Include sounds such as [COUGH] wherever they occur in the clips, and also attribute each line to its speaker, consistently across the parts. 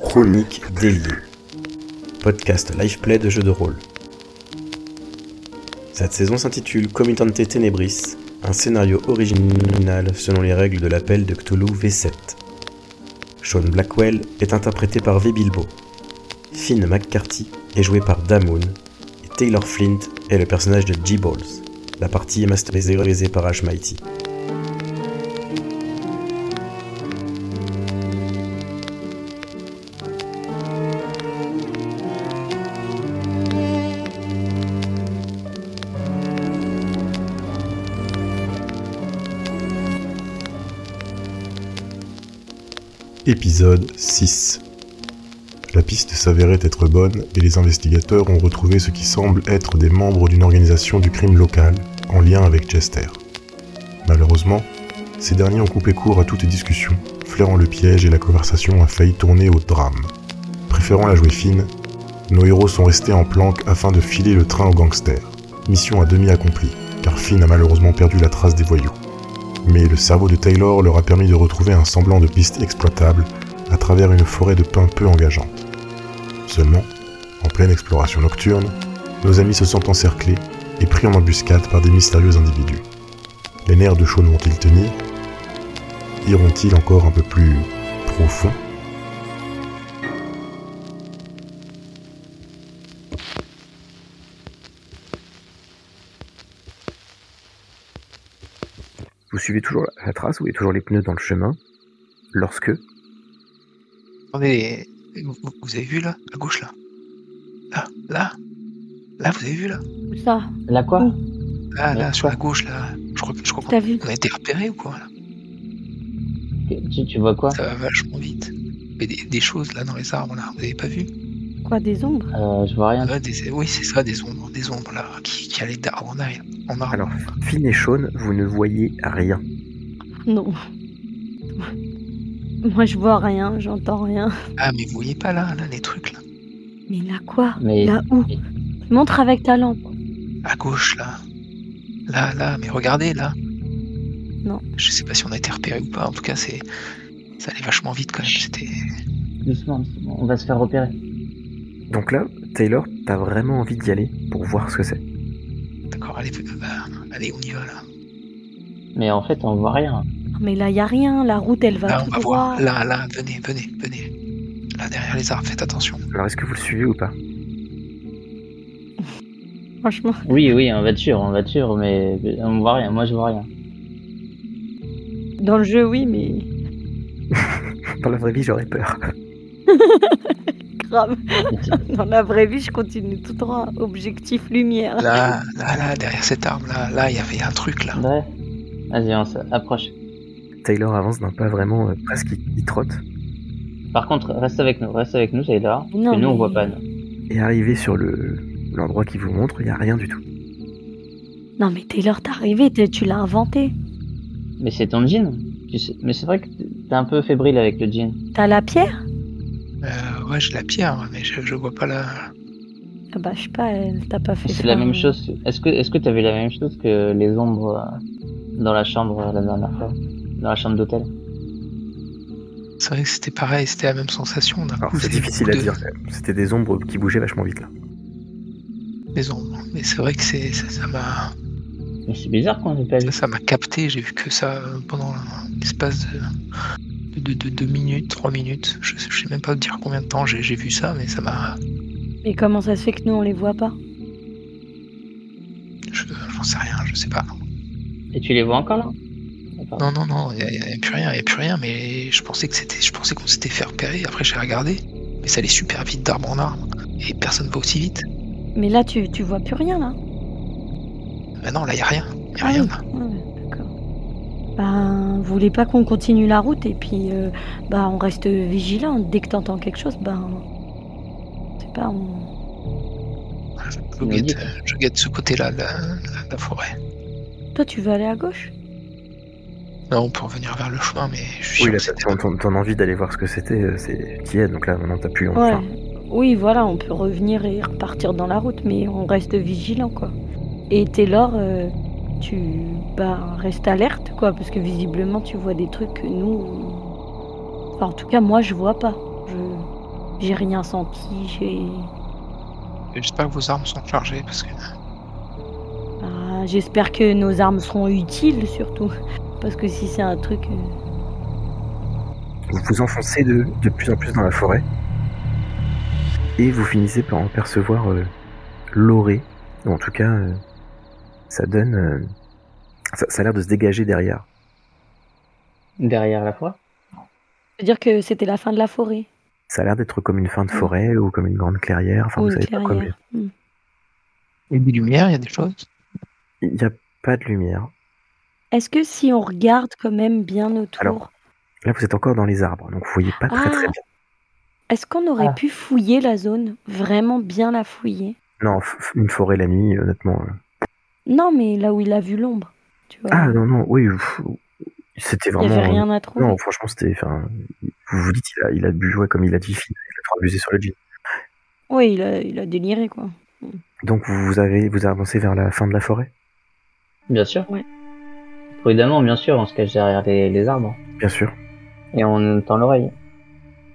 Speaker 1: Chronique déliée. Podcast live play de jeux de rôle. Cette saison s'intitule Comitante Tenebris, un scénario original selon les règles de l'appel de Cthulhu V7. Sean Blackwell est interprété par V. Bilbo. Finn McCarthy est joué par Damoon. Et Taylor Flint est le personnage de G-Balls. La partie est masterisée par H. Mighty.
Speaker 2: Épisode 6 La piste s'avérait être bonne et les investigateurs ont retrouvé ce qui semble être des membres d'une organisation du crime local en lien avec Chester. Malheureusement, ces derniers ont coupé court à toute discussion, flairant le piège et la conversation a failli tourner au drame. Préférant la jouer fine, nos héros sont restés en planque afin de filer le train aux gangsters. Mission à demi accomplie, car Finn a malheureusement perdu la trace des voyous mais le cerveau de Taylor leur a permis de retrouver un semblant de piste exploitable à travers une forêt de pins peu engageante. Seulement, en pleine exploration nocturne, nos amis se sentent encerclés et pris en embuscade par des mystérieux individus. Les nerfs de Sean vont-ils tenir Iront-ils encore un peu plus profond
Speaker 1: Vous suivez toujours la trace, vous voyez toujours les pneus dans le chemin, lorsque...
Speaker 3: Attendez, vous, vous avez vu là À gauche là Là Là Là, vous avez vu là
Speaker 4: Où ça
Speaker 5: Là quoi
Speaker 3: Là, là,
Speaker 5: Ouais.
Speaker 3: sur la gauche là Je, crois- je comprends.
Speaker 4: T'as vu
Speaker 3: On a été repérés ou quoi là
Speaker 5: tu, tu vois quoi
Speaker 3: Ça va vachement vite. Mais des, des choses là dans les arbres là, vous avez pas vu
Speaker 4: Quoi Des ombres
Speaker 5: euh, Je vois rien.
Speaker 3: Ouais, des- Oui, c'est ça, des ombres, des ombres là, qui, qui allaient d'arbre en arrière. En arbre.
Speaker 1: Alors, Finn et Sean, vous ne voyez rien.
Speaker 4: Non. Moi, je vois rien, j'entends rien.
Speaker 3: Ah, mais vous voyez pas là, là, les trucs là
Speaker 4: Mais là quoi
Speaker 5: Mais
Speaker 4: Là où
Speaker 5: mais-
Speaker 4: Montre avec ta lampe.
Speaker 3: À gauche là Là, là, mais regardez là
Speaker 4: Non.
Speaker 3: Je sais pas si on a été repérés ou pas, en tout cas, c'est. Ça allait vachement vite quand même, c'était.
Speaker 5: doucement, doucement, on va se faire repérer.
Speaker 1: Donc là, Taylor, t'as vraiment envie d'y aller pour voir ce que c'est.
Speaker 3: D'accord, allez, bah, allez, on y va là.
Speaker 5: Mais en fait, on voit rien.
Speaker 4: Mais là, y a rien. La route, elle va
Speaker 3: Là, on
Speaker 4: tout
Speaker 3: va
Speaker 4: droit.
Speaker 3: voir. Là, là, venez, venez, venez. Là, derrière les arbres, faites attention.
Speaker 1: Alors, est-ce que vous le suivez ou pas [LAUGHS]
Speaker 4: Franchement,
Speaker 5: Oui, oui, on va être sûr, on va être sûr, mais mais on voit rien. Moi, je vois rien.
Speaker 4: dans le jeu, oui, mais
Speaker 1: Dans la vraie vie, j'aurais peur. [LAUGHS]
Speaker 4: grave. Dans la vraie vie, je continue tout droit. Objectif lumière.
Speaker 3: Là, là, là, derrière cet arbre, là, là, il y avait un truc là.
Speaker 5: Ouais. Vas-y, on s'approche.
Speaker 1: Taylor avance d'un pas vraiment, euh, presque, il, il trotte.
Speaker 5: Par contre, reste avec nous, reste avec nous, Taylor.
Speaker 4: Non,
Speaker 5: que nous, on
Speaker 4: mais-
Speaker 5: voit pas. Nous.
Speaker 1: Et arrivé sur le l'endroit qui vous montre, il n'y a rien du tout.
Speaker 4: Non, mais Taylor, t'es arrivé, t'es- tu l'as inventé.
Speaker 5: Mais c'est ton jean. Tu sais- Mais c'est vrai que t'es un peu fébrile avec le jean.
Speaker 4: T'as la pierre
Speaker 3: Euh, ouais, j'ai la pierre, mais je, je vois pas la.
Speaker 4: Ah bah, je sais pas, elle t'a pas fait.
Speaker 5: C'est
Speaker 4: ça.
Speaker 5: la même chose. Est-ce que est-ce que t'avais la même chose que les ombres euh, dans la chambre euh, la dernière fois, dans la chambre d'hôtel
Speaker 3: C'est vrai que c'était pareil, c'était la même sensation. d'un
Speaker 1: Alors,
Speaker 3: coup,
Speaker 1: c'est
Speaker 3: des
Speaker 1: difficile à
Speaker 3: coups de-
Speaker 1: dire. quand même. C'était des ombres qui bougeaient vachement vite là.
Speaker 3: Des ombres. Mais c'est vrai que c'est ça ça m'a
Speaker 5: Mais c'est bizarre qu'on n'ait pas vu.
Speaker 3: ça m'a capté. J'ai vu que ça euh, pendant l'espace de de, de, de deux minutes, trois minutes. Je, sais- je sais même pas dire combien de temps j'ai j'ai vu ça, mais ça m'a.
Speaker 4: Et comment ça se fait que nous, on les voit pas
Speaker 3: je- J'en sais rien, je sais pas.
Speaker 5: Et tu les vois encore là Attends.
Speaker 3: Non, non, non, il n'y a, y a plus rien, il n'y a plus rien, mais je pensais que c'était, je pensais qu'on s'était fait repérer, après j'ai regardé, mais ça allait super vite d'arbre en arbre, et personne va aussi vite.
Speaker 4: Mais là, tu, tu vois plus rien, là.
Speaker 3: Bah non, là, il n'y a rien, il a
Speaker 4: Ah
Speaker 3: rien,
Speaker 4: oui.
Speaker 3: là.
Speaker 4: Ouais, d'accord. Ben, vous voulez pas qu'on continue la route et puis euh, bah on reste vigilant. Dès que t'entends quelque chose, ben, je sais pas, on...
Speaker 3: Je
Speaker 5: nous
Speaker 3: guette,
Speaker 5: dit.
Speaker 3: euh, je guette ce côté-là, de la, la- la forêt.
Speaker 4: toi tu veux aller à gauche
Speaker 3: Là, on peut revenir vers le chemin, mais je
Speaker 1: Oui,
Speaker 3: suis sûr
Speaker 1: là,
Speaker 3: que c'était-
Speaker 1: ton, ton- ton envie d'aller voir ce que c'était, euh, c'est qui est. Donc là, maintenant, t'as plus
Speaker 4: Ouais.
Speaker 1: enfin.
Speaker 4: Oui, voilà, on peut revenir et repartir dans la route, mais on reste vigilant quoi. Et Taylor, euh, tu bah reste alerte quoi, parce que visiblement tu vois des trucs que nous, enfin, en tout cas moi je vois pas. Je... J'ai rien senti, j'ai.
Speaker 3: J'espère que vos armes sont chargées parce que.
Speaker 4: Ah, J'espère que nos armes seront utiles surtout. Parce que si c'est un truc. euh,
Speaker 6: Vous vous enfoncez de, de plus en plus dans la forêt et vous finissez par en percevoir euh, l'orée. Ou En tout cas, euh, ça donne. euh, ça, ça a l'air de se dégager derrière.
Speaker 5: Derrière la foi
Speaker 4: C'est-à-dire que c'était la fin de la forêt.
Speaker 6: Ça a l'air d'être comme une fin de forêt ou comme une grande clairière. Enfin,
Speaker 4: ou
Speaker 6: Ah, vous
Speaker 4: une
Speaker 6: savez pas comme.
Speaker 4: clairière. Hmm.
Speaker 3: Il y a des lumières, il y a des choses.
Speaker 6: Il n'y a pas de lumière.
Speaker 4: Est-ce que si on regarde quand même bien autour,
Speaker 6: Alors, Là, vous êtes encore dans les arbres, donc vous voyez pas très
Speaker 4: Ah.
Speaker 6: très bien.
Speaker 4: est-ce qu'on aurait
Speaker 5: Ah.
Speaker 4: pu fouiller la zone Vraiment bien la fouiller
Speaker 6: Non, f- f- une forêt la nuit, honnêtement. euh.
Speaker 4: Non, mais là où il a vu l'ombre, tu vois.
Speaker 6: Ah non, non, oui. pff, C'était
Speaker 4: il n'y
Speaker 6: vraiment. euh,
Speaker 4: avait rien à trouver.
Speaker 6: Non, franchement, c'était. Enfin, vous vous dites, il a, il a bu, ouais, comme il a dit, il a trop abusé sur le gin.
Speaker 4: Oui, il a, il a déliré, quoi.
Speaker 6: Donc, vous, vous avez, vous avancez vers la fin de la forêt
Speaker 5: Bien sûr.
Speaker 4: Ouais.
Speaker 5: Prudemment, bien sûr, on se cache derrière les, les arbres.
Speaker 6: Bien sûr.
Speaker 5: Et on tend l'oreille.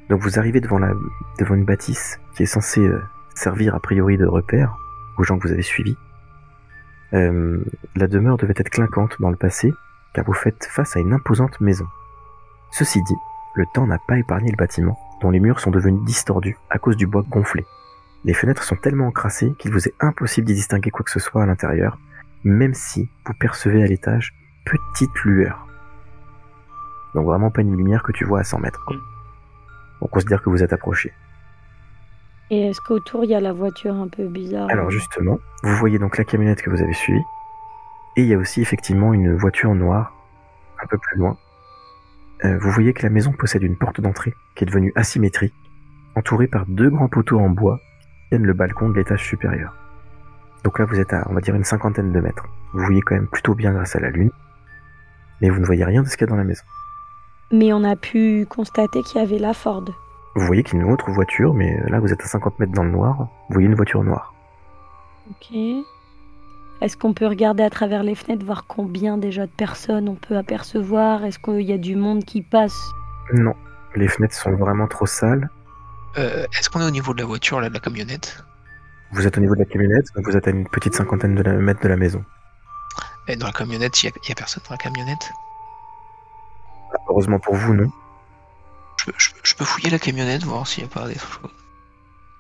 Speaker 6: Donc, vous arrivez devant, la, devant une bâtisse qui est censée euh, servir a priori de repère aux gens que vous avez suivis. Euh, la demeure devait être clinquante dans le passé, car vous faites face à une imposante maison. Ceci dit, le temps n'a pas épargné le bâtiment, dont les murs sont devenus distordus à cause du bois gonflé. Les fenêtres sont tellement encrassées qu'il vous est impossible d'y distinguer quoi que ce soit à l'intérieur, même si vous percevez à l'étage petite lueur. Donc vraiment pas une lumière que tu vois à 100 mètres. quoi. On considère que vous êtes approché.
Speaker 4: Et est-ce qu'autour, il y a la voiture un peu bizarre
Speaker 6: Alors justement, vous voyez donc la camionnette que vous avez suivie, et il y a aussi effectivement une voiture noire un peu plus loin. Euh, vous voyez que la maison possède une porte d'entrée qui est devenue asymétrique, entourée par deux grands poteaux en bois qui tiennent le balcon de l'étage supérieur. Donc là vous êtes à on va dire une cinquantaine de mètres. Vous voyez quand même plutôt bien grâce à la lune, mais vous ne voyez rien de ce qu'il y a dans la maison.
Speaker 4: Mais on a pu constater qu'il y avait la Ford.
Speaker 6: Vous voyez qu'il y a une autre voiture, mais euh, là vous êtes à 50 mètres dans le noir, vous voyez une voiture noire.
Speaker 4: Ok. Est-ce qu'on peut regarder à travers les fenêtres, voir combien déjà de personnes on peut apercevoir Est-ce qu'il y a du monde qui passe
Speaker 6: Non, les fenêtres sont vraiment trop sales.
Speaker 3: Euh, Est-ce qu'on est au niveau de la voiture, là, de la camionnette
Speaker 6: Vous êtes au niveau de la camionnette, donc vous êtes à une petite cinquantaine de la- mètres de la maison.
Speaker 3: Et dans la camionnette, il y a, il y a personne dans la camionnette
Speaker 6: Heureusement pour vous, non.
Speaker 3: je, peux- je peux- je peux fouiller la camionnette, voir s'il n'y a pas des choses.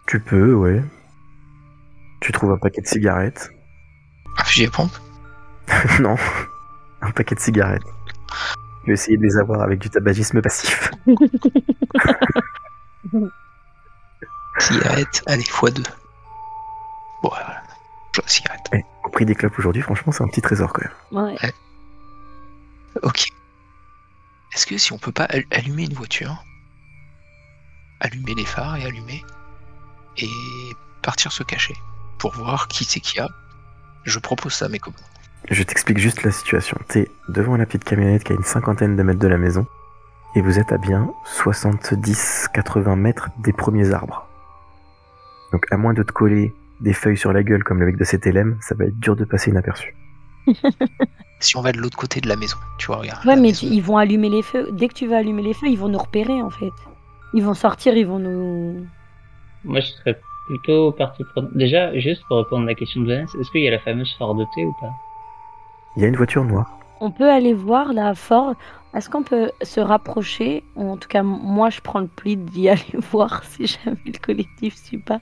Speaker 6: Tu peux, ouais. Tu trouves un paquet de cigarettes. [LAUGHS]
Speaker 3: Un fusil à pompe
Speaker 6: non, un paquet de cigarettes. Je vais essayer de les avoir avec du tabagisme passif.
Speaker 3: Cigarette, allez, x2. Bon, voilà. Je- Cigarette.
Speaker 6: Mais au prix des clopes aujourd'hui, franchement, c'est un petit trésor quand même.
Speaker 4: Ouais.
Speaker 3: Ok. Est-ce que si on peut pas al- allumer une voiture, allumer les phares et allumer, et partir se cacher pour voir qui c'est qu'il y a Je propose ça à mes copains.
Speaker 6: Je t'explique juste la situation. T'es devant la petite camionnette qui a une cinquantaine de mètres de la maison, et vous êtes à bien 70-80 mètres des premiers arbres. Donc à moins de te coller des feuilles sur la gueule comme le mec de CTLM, ça va être dur de passer inaperçu.
Speaker 3: Si on va de l'autre côté de la maison, tu vois, regarde. la
Speaker 4: Ouais, mais
Speaker 3: maison.
Speaker 4: tu- ils vont allumer les feux. Dès que tu vas allumer les feux, ils vont nous repérer en fait. Ils vont sortir, ils vont nous.
Speaker 5: Moi, je serais plutôt parti pour... Déjà, juste pour répondre à la question de Vanessa, est-ce qu'il y a la fameuse Ford T ou pas
Speaker 6: Il y a une voiture noire.
Speaker 4: On peut aller voir la Ford. Est-ce qu'on peut se rapprocher En tout cas, moi, je prends le pli d'y [LAUGHS] aller voir si jamais le collectif suit pas.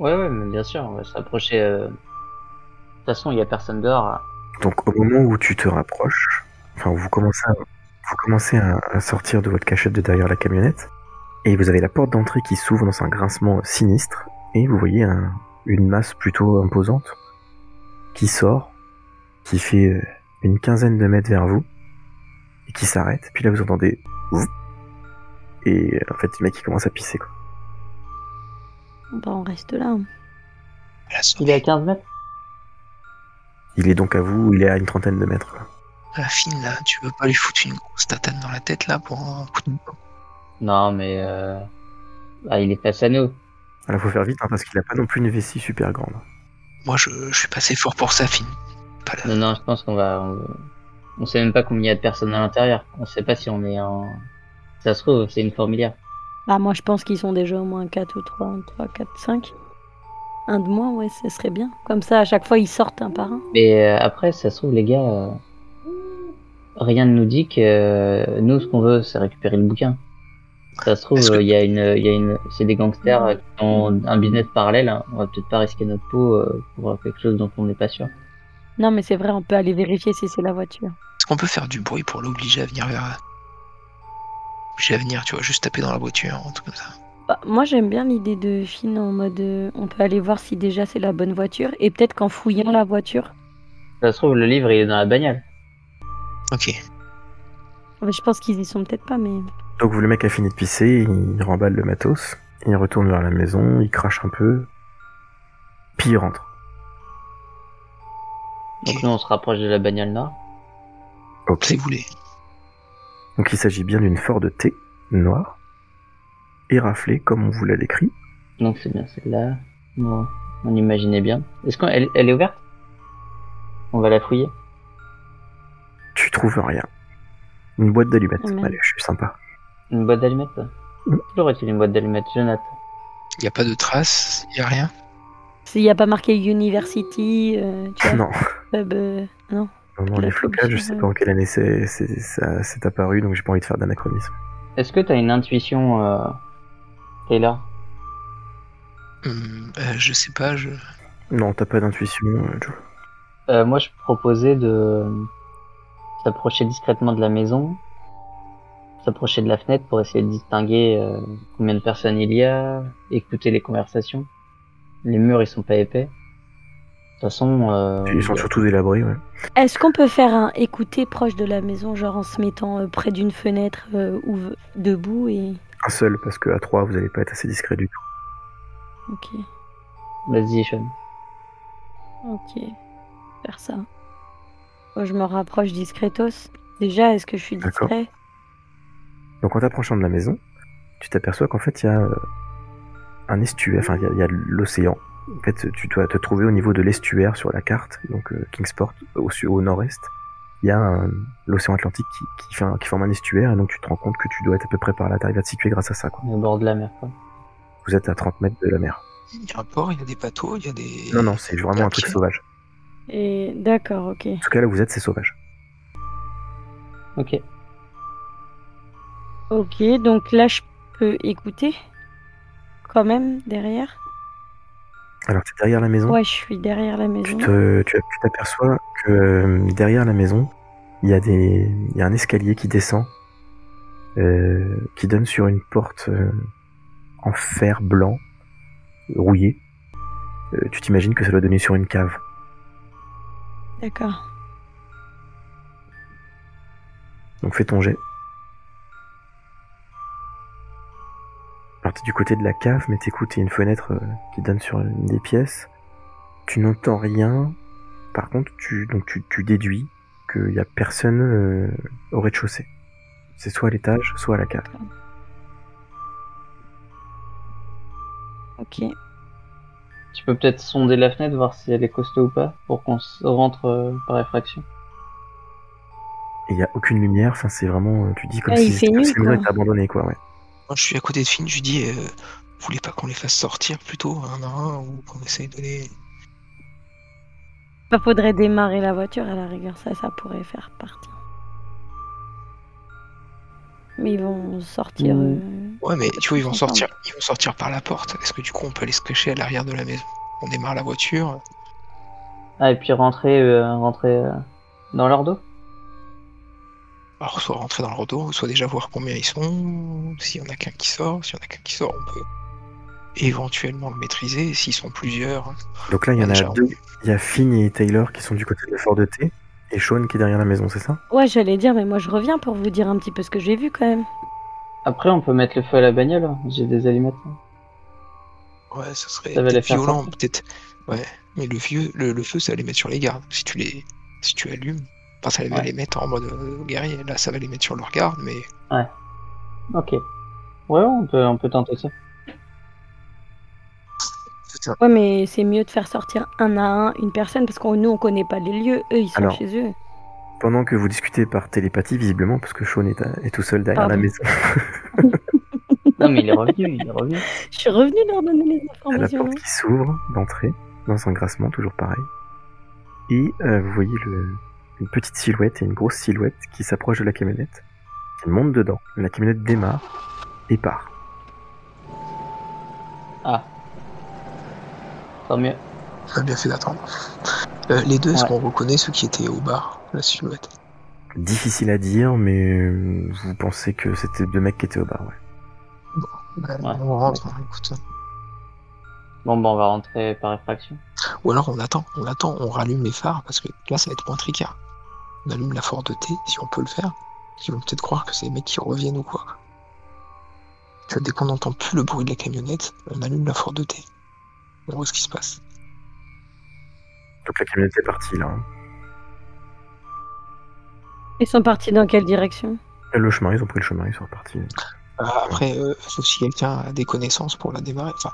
Speaker 5: Ouais, ouais, mais bien sûr, on va se rapprocher. euh. De toute façon, il y a personne dehors.
Speaker 6: Donc au moment où tu te rapproches, enfin vous commencez à, vous commencez à, à sortir de votre cachette de derrière la camionnette, et vous avez la porte d'entrée qui s'ouvre dans un grincement sinistre, et vous voyez un- une masse plutôt imposante qui sort, qui fait euh, une quinzaine de mètres vers vous, et qui s'arrête, puis là vous entendez... Vous Et euh, en fait le mec il commence à pisser quoi.
Speaker 4: Bah, on reste là. hein.
Speaker 3: Elle a
Speaker 5: Il
Speaker 3: sauvé.
Speaker 5: est à 15 mètres
Speaker 6: Il est donc à vous, il est à une trentaine de mètres. quoi.
Speaker 3: À la fine, là, tu veux pas lui foutre une grosse tatane dans la tête, là, pour un coup de.
Speaker 5: Non, mais... Euh... Ah, il est face à nous.
Speaker 6: Alors faut faire vite hein, parce qu'il a pas non plus une vessie super grande.
Speaker 3: Moi, je, je suis passé fort pour ça, fine. Pas la-
Speaker 5: Non, non, je pense qu'on va... On... on sait même pas combien il y a de personnes à l'intérieur. On sait pas si on est en... Ça se trouve, c'est une formulaire.
Speaker 4: Bah moi je pense qu'ils sont déjà au moins 4 ou 3, 3, 4, 5. Un de moins, ouais, ce serait bien. Comme ça, à chaque fois, ils sortent un par un.
Speaker 5: Mais euh, après, ça se trouve, les gars, euh, rien ne nous dit que euh, nous, ce qu'on veut, c'est récupérer le bouquin. Ça se trouve,
Speaker 3: Est-ce
Speaker 5: il
Speaker 3: que-
Speaker 5: y a une, il y a une, c'est des gangsters euh, qui ont un business parallèle. hein. On va peut-être pas risquer notre peau euh, pour quelque chose dont on n'est pas sûr.
Speaker 4: Non, mais c'est vrai, on peut aller vérifier si c'est la voiture.
Speaker 3: Est-ce qu'on peut faire du bruit pour l'obliger à venir vers. Obliger à venir, tu vois, juste taper dans la voiture, un truc comme ça.
Speaker 4: Bah, moi j'aime bien l'idée de Finn en mode euh, on peut aller voir si déjà c'est la bonne voiture et peut-être qu'en fouillant la voiture,
Speaker 5: Ça se trouve, le livre, il est dans la bagnole.
Speaker 3: Ok.
Speaker 4: Enfin, je pense qu'ils y sont peut-être pas, mais
Speaker 6: Donc le mec a fini de pisser, il remballe le matos, il retourne vers la maison, il crache un peu, puis il rentre.
Speaker 5: Donc nous, on se rapproche de la bagnole noire.
Speaker 6: Ok.
Speaker 3: Si vous voulez.
Speaker 6: Donc il s'agit bien d'une Ford T noire, éraflée comme on vous l'a décrit.
Speaker 5: Donc c'est bien celle-là. Bon, on imaginait bien. Est-ce qu'elle elle est ouverte On va la fouiller.
Speaker 6: Tu trouves rien. Une boîte d'allumettes.
Speaker 4: Amen.
Speaker 6: Allez, je suis sympa.
Speaker 5: Une boîte d'allumettes
Speaker 6: Mm.
Speaker 5: Toujours est-il une boîte d'allumettes, Jonathan
Speaker 3: Il n'y a pas de traces, il n'y a rien.
Speaker 4: s'il n'y a pas marqué University, euh, tu
Speaker 6: [LAUGHS]
Speaker 4: vois,
Speaker 6: Non,
Speaker 4: pub, euh, non.
Speaker 6: non, non, les
Speaker 4: La
Speaker 6: flocages, je
Speaker 4: phobie,
Speaker 6: sais
Speaker 4: ouais.
Speaker 6: pas en quelle année c'est, c'est- ça, c'est apparu, donc j'ai pas envie de faire d'anachronisme.
Speaker 5: Est-ce que t'as une intuition, euh... Taylor
Speaker 3: Hum, euh, je sais pas, je.
Speaker 6: Non, t'as pas d'intuition, euh, Joe.
Speaker 5: Euh, Moi, je proposais de s'approcher discrètement de la maison, s'approcher de la fenêtre pour essayer de distinguer euh, combien de personnes il y a, écouter les conversations. Les murs, ils sont pas épais. De toute façon, euh,
Speaker 6: Ils sont surtout délabrés, ouais.
Speaker 4: Est-ce qu'on peut faire un écouter proche de la maison, genre en se mettant euh, près d'une fenêtre euh, ou v- debout et.
Speaker 6: Un seul, parce que à trois, vous allez pas être assez discret du tout.
Speaker 4: Ok,
Speaker 5: vas-y, Sean.
Speaker 4: ok, faire ça. Moi, Oh, je me rapproche discretos. Déjà, est-ce que je suis
Speaker 6: D'accord.
Speaker 4: discret
Speaker 6: Donc en t'approchant de la maison, tu t'aperçois qu'en fait il y a euh, un estuaire, enfin il y a- il y a, l'océan. En fait tu dois te trouver au niveau de l'estuaire sur la carte, donc euh, Kingsport au, su- au nord-est. Il y a un- l'océan Atlantique qui, qui fait un- qui forme un estuaire et donc tu te rends compte que tu dois être à peu près par là, t'arrives à te situer grâce à ça. Quoi.
Speaker 5: On est au bord de la mer, quoi.
Speaker 6: Vous êtes à 30 mètres de la mer.
Speaker 3: Il y a un port, il y a des bateaux, il y a des.
Speaker 6: Non, non, c'est vraiment un
Speaker 3: Ok.
Speaker 6: truc sauvage.
Speaker 4: Et d'accord, ok.
Speaker 6: En tout cas là où vous êtes c'est sauvage.
Speaker 5: Ok.
Speaker 4: Ok, donc là je peux écouter quand même derrière.
Speaker 6: Alors t'es derrière la maison,
Speaker 4: Ouais, je suis derrière la
Speaker 6: tu
Speaker 4: maison.
Speaker 6: te- tu- tu t'aperçois que euh, derrière la maison, il y, a des- il y a un escalier qui descend, euh, qui donne sur une porte euh, en fer blanc, rouillé. Euh, tu t'imagines que ça doit donner sur une cave.
Speaker 4: D'accord.
Speaker 6: Donc fais ton jet. Alors t'es du côté de la cave, mais t'écoutes, il y a une fenêtre euh, qui donne sur une des pièces. Tu n'entends rien. Par contre, tu, donc tu, tu déduis qu'il n'y a personne euh, au rez-de-chaussée. C'est soit à l'étage, soit à la cave.
Speaker 4: Ok.
Speaker 5: Tu peux peut-être sonder la fenêtre, voir si elle est costaud ou pas, pour qu'on se rentre euh, par effraction.
Speaker 6: Et il n'y a aucune lumière, enfin c'est vraiment, euh, tu dis comme
Speaker 4: Ah, il
Speaker 6: si,
Speaker 4: fait
Speaker 6: comme
Speaker 4: nuit,
Speaker 6: si la maison
Speaker 4: quoi.
Speaker 6: était abandonnée, quoi, ouais.
Speaker 3: Moi, je suis à côté de Finn, je lui dis, euh, vous voulez pas qu'on les fasse sortir plutôt, un à un, ou qu'on essaye de les.
Speaker 4: Bah, faudrait démarrer la voiture à la rigueur, ça, ça pourrait faire partie. Mais ils vont sortir.
Speaker 5: Mmh.
Speaker 4: euh,
Speaker 3: Ouais, mais tu vois, ils vont
Speaker 4: Ensemble.
Speaker 3: sortir, ils vont sortir par la porte. Est-ce que du coup, on peut aller se cacher à l'arrière de la maison On démarre la voiture.
Speaker 5: Ah, et puis rentrer, euh, rentrer euh, dans leur dos
Speaker 3: Alors, soit rentrer dans le retour, soit déjà voir combien ils sont, s'il y en a qu'un qui sort, s'il y en a qu'un qui sort, on peut éventuellement le maîtriser. S'ils sont plusieurs, hein.
Speaker 6: Donc là, il y en a
Speaker 3: déjà,
Speaker 6: deux. Il y a Finn et Taylor qui sont du côté de la Fort de Thé, et Sean qui est derrière la maison, c'est ça
Speaker 4: Ouais, j'allais dire, mais moi je reviens pour vous dire un petit peu ce que j'ai vu quand même.
Speaker 5: Après, on peut mettre le feu à la bagnole. hein. J'ai des allumettes. hein.
Speaker 3: Ouais, ça serait
Speaker 5: Ça va
Speaker 3: peut-être
Speaker 5: les faire
Speaker 3: violent,
Speaker 5: sortir.
Speaker 3: peut-être. Ouais, mais le feu, le, le feu, ça va les mettre sur les gardes. Si tu les, si tu allumes, enfin, ça va
Speaker 5: Ouais.
Speaker 3: les mettre en mode euh, guerrier. Là, ça va les mettre sur leur garde, mais
Speaker 5: Ok. Ouais, on peut, on peut tenter ça.
Speaker 3: c'est un-
Speaker 4: Ouais, mais c'est mieux de faire sortir un à un une personne parce qu'on nous on connaît pas les lieux, eux ils sont
Speaker 6: Alors,
Speaker 4: chez eux.
Speaker 6: Pendant que vous discutez par télépathie, visiblement, parce que Sean est, à- est tout seul derrière la
Speaker 4: Pardon.
Speaker 6: maison.
Speaker 5: Non, mais il est revenu, il est revenu.
Speaker 4: Je suis revenue leur donner les
Speaker 6: la
Speaker 4: informations.
Speaker 6: porte qui s'ouvre d'entrée, dans un grincement, toujours pareil. Et euh, vous voyez le- une petite silhouette et une grosse silhouette qui s'approche de la camionnette, qui monte dedans. La camionnette démarre et part.
Speaker 5: Ah. Tant mieux.
Speaker 3: Très bien fait d'attendre. Euh, les deux, est-ce
Speaker 5: Ouais.
Speaker 3: qu'on reconnaît ceux qui étaient au bar, la silhouette
Speaker 6: Difficile à dire, mais euh, vous pensez que c'était deux mecs qui étaient au bar, ouais.
Speaker 3: Bah,
Speaker 5: Ouais.
Speaker 3: On rentre, hein, écoute.
Speaker 5: Bon, bah, on va rentrer par effraction.
Speaker 3: Ou alors on attend, on attend, on rallume les phares parce que là ça va être moins tricard. On allume la Ford T si on peut le faire. Ils vont peut-être croire que c'est les mecs qui reviennent ou quoi. Tu vois, dès qu'on n'entend plus le bruit de la camionnette, on allume la Ford T. On voit ce qui se passe.
Speaker 6: Donc la camionnette est partie, là. hein.
Speaker 4: Ils sont partis dans quelle direction
Speaker 6: Le chemin, ils ont pris le chemin, ils sont repartis.
Speaker 3: Euh, après, euh, sauf si quelqu'un a des connaissances pour la démarrer. Enfin,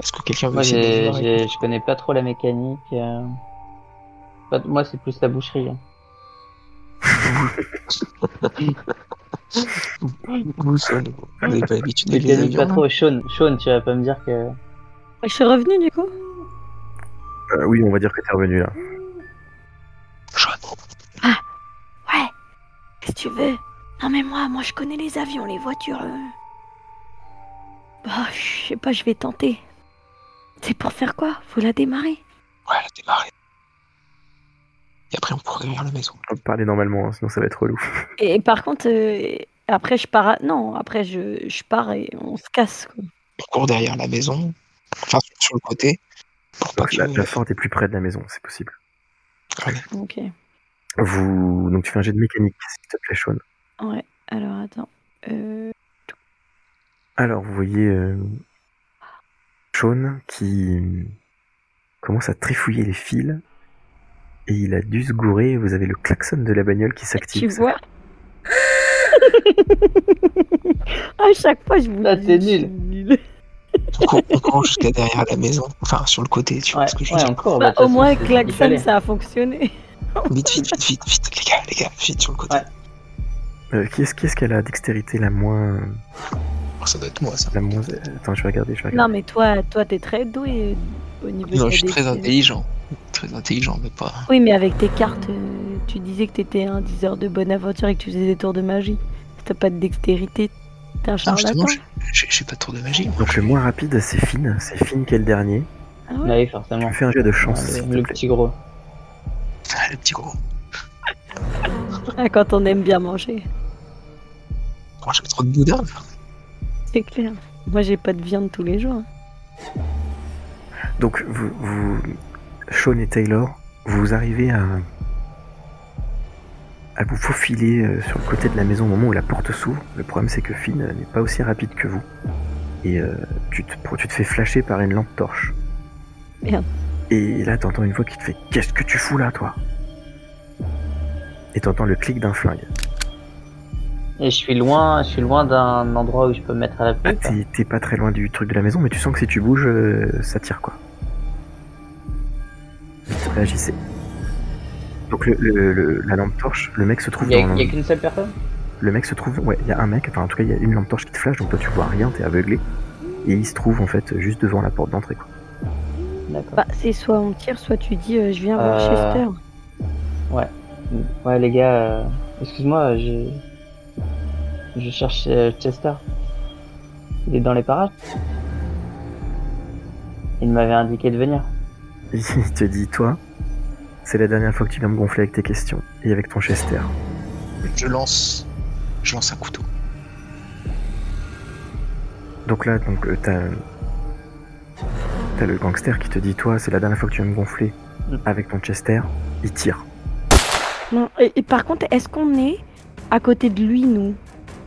Speaker 3: est-ce que quelqu'un veut
Speaker 5: Moi,
Speaker 3: essayer de la
Speaker 5: j'ai-
Speaker 3: démarrer
Speaker 5: j'ai- je connais pas trop la mécanique. euh. Pas- Moi, c'est plus la boucherie. hein.
Speaker 3: Vous, ça, vous vous n'avez pas l'habitude
Speaker 5: Je
Speaker 3: avec les
Speaker 5: connais
Speaker 3: avions.
Speaker 5: pas
Speaker 3: là
Speaker 5: trop. Sean, Sean, tu vas pas me dire que.
Speaker 4: Je suis revenue du coup
Speaker 6: Euh, oui, on va dire que t'es revenu, là.
Speaker 3: Jaune.
Speaker 4: Ouais. Qu'est-ce que tu veux Non mais moi, moi je connais les avions, les voitures. euh. Bah, je sais pas, je vais tenter. C'est pour faire quoi Faut la démarrer.
Speaker 3: Ouais, elle a démarré. Et après, on pourrait vers la maison.
Speaker 6: Faut Parler normalement, hein, sinon ça va être relou.
Speaker 4: Et par contre, euh, après je pars. à- Non, après je, je pars et on se casse. quoi.
Speaker 3: On court derrière la maison, enfin sur- sur le côté, pour pas
Speaker 6: Donc,
Speaker 3: que
Speaker 6: la, la Ford est plus près de la maison, c'est possible.
Speaker 4: Ok.
Speaker 6: Vous... Donc tu fais un jet de mécanique, s'il te plaît, Sean.
Speaker 4: Ouais. Alors attends. Euh,
Speaker 6: Alors, vous voyez euh, Sean qui euh, commence à trifouiller les fils et il a dû se gourer. Vous avez le klaxon de la bagnole qui s'active.
Speaker 4: tu vois [LAUGHS] À chaque fois, je vous
Speaker 5: Là,
Speaker 4: dis,
Speaker 5: t'es
Speaker 4: je suis nulle.
Speaker 3: on court, on court jusqu'à derrière la maison, enfin sur le côté, tu vois
Speaker 5: Ouais,
Speaker 3: ce que je veux
Speaker 5: ouais,
Speaker 3: dire.
Speaker 5: encore.
Speaker 4: Bah, au moins,
Speaker 5: Klaxon,
Speaker 4: klaxon, ça a fonctionné.
Speaker 3: Vite, vite, vite, vite, vite, les gars, les gars, vite sur le côté.
Speaker 5: Ouais.
Speaker 6: Euh, qui est-ce qui est-ce qui a la dextérité la moins...
Speaker 3: Oh, ça doit être moi ça.
Speaker 6: La moins... Attends, je vais regarder, je vais
Speaker 4: Non,
Speaker 6: regarder.
Speaker 4: mais toi, toi, t'es très doué euh, au niveau de
Speaker 3: Non,
Speaker 4: la
Speaker 3: je suis très
Speaker 4: dextérité.
Speaker 3: intelligent, très intelligent, mais pas.
Speaker 4: Oui, mais avec tes cartes, euh, tu disais que t'étais un 10 heures de bonne aventure et que tu faisais des tours de magie. Si T'as pas de dextérité, t'es un
Speaker 3: Non, justement,
Speaker 4: charlatan.
Speaker 3: je je- je suis pas de tour de magie. moi.
Speaker 6: Donc le moins rapide, c'est Finn. C'est Finn qui est le dernier.
Speaker 4: Ah ouais
Speaker 5: Bah Oui, forcément.
Speaker 6: Tu fais un jet de chance,
Speaker 5: Ouais,
Speaker 6: s'il te
Speaker 5: le
Speaker 6: plaît.
Speaker 5: petit gros.
Speaker 3: Ah, le petit gros.
Speaker 4: [LAUGHS] Ah, quand on aime bien manger,
Speaker 3: Moi, j'ai trop de boudin. là.
Speaker 4: c'est clair. Moi, j'ai pas de viande tous les jours.
Speaker 6: Donc, vous, vous- Sean et Taylor, vous arrivez à, à vous faufiler euh, sur le côté de la maison au moment où la porte s'ouvre. Le problème, c'est que Finn euh, n'est pas aussi rapide que vous. Et euh, tu, te, pro- tu te fais flasher par une lampe torche.
Speaker 4: Merde.
Speaker 6: Et là, t'entends une voix qui te fait Qu'est-ce que tu fous là, toi Et t'entends le clic d'un flingue.
Speaker 5: Et je suis loin, je suis loin d'un endroit où je peux me mettre à la pluie. ou pas
Speaker 6: T'es t'es pas très loin du truc de la maison, mais tu sens que si tu bouges, euh, ça tire quoi. Vite, réagissez. Donc le, le- le- la lampe torche, le mec se trouve
Speaker 5: Il y a,
Speaker 6: dans
Speaker 5: il y a qu'une seule personne
Speaker 6: le mec se trouve ouais, il y a un mec, enfin en tout cas il y a une lampe torche qui te flash, donc toi tu vois rien, t'es aveuglé, et il se trouve en fait juste devant la porte d'entrée quoi. [LAUGHS]
Speaker 5: D'accord.
Speaker 4: Bah, c'est soit on tire, soit tu dis euh, je viens voir
Speaker 5: Euh,
Speaker 4: Chester.
Speaker 5: Ouais, les gars, euh, excuse-moi, je. Je cherche euh, Chester. Il est dans les parages Il m'avait indiqué de venir.
Speaker 6: Il te dit toi, c'est la dernière fois que tu viens me gonfler avec tes questions et avec ton Chester.
Speaker 3: Je lance, je lance un couteau.
Speaker 6: Donc là, donc euh, t'as t'as le gangster qui te dit toi, c'est la dernière fois que tu viens me gonfler
Speaker 5: Mm.
Speaker 6: avec ton Chester, il tire.
Speaker 4: Non, et- et par contre, est-ce qu'on est à côté de lui, nous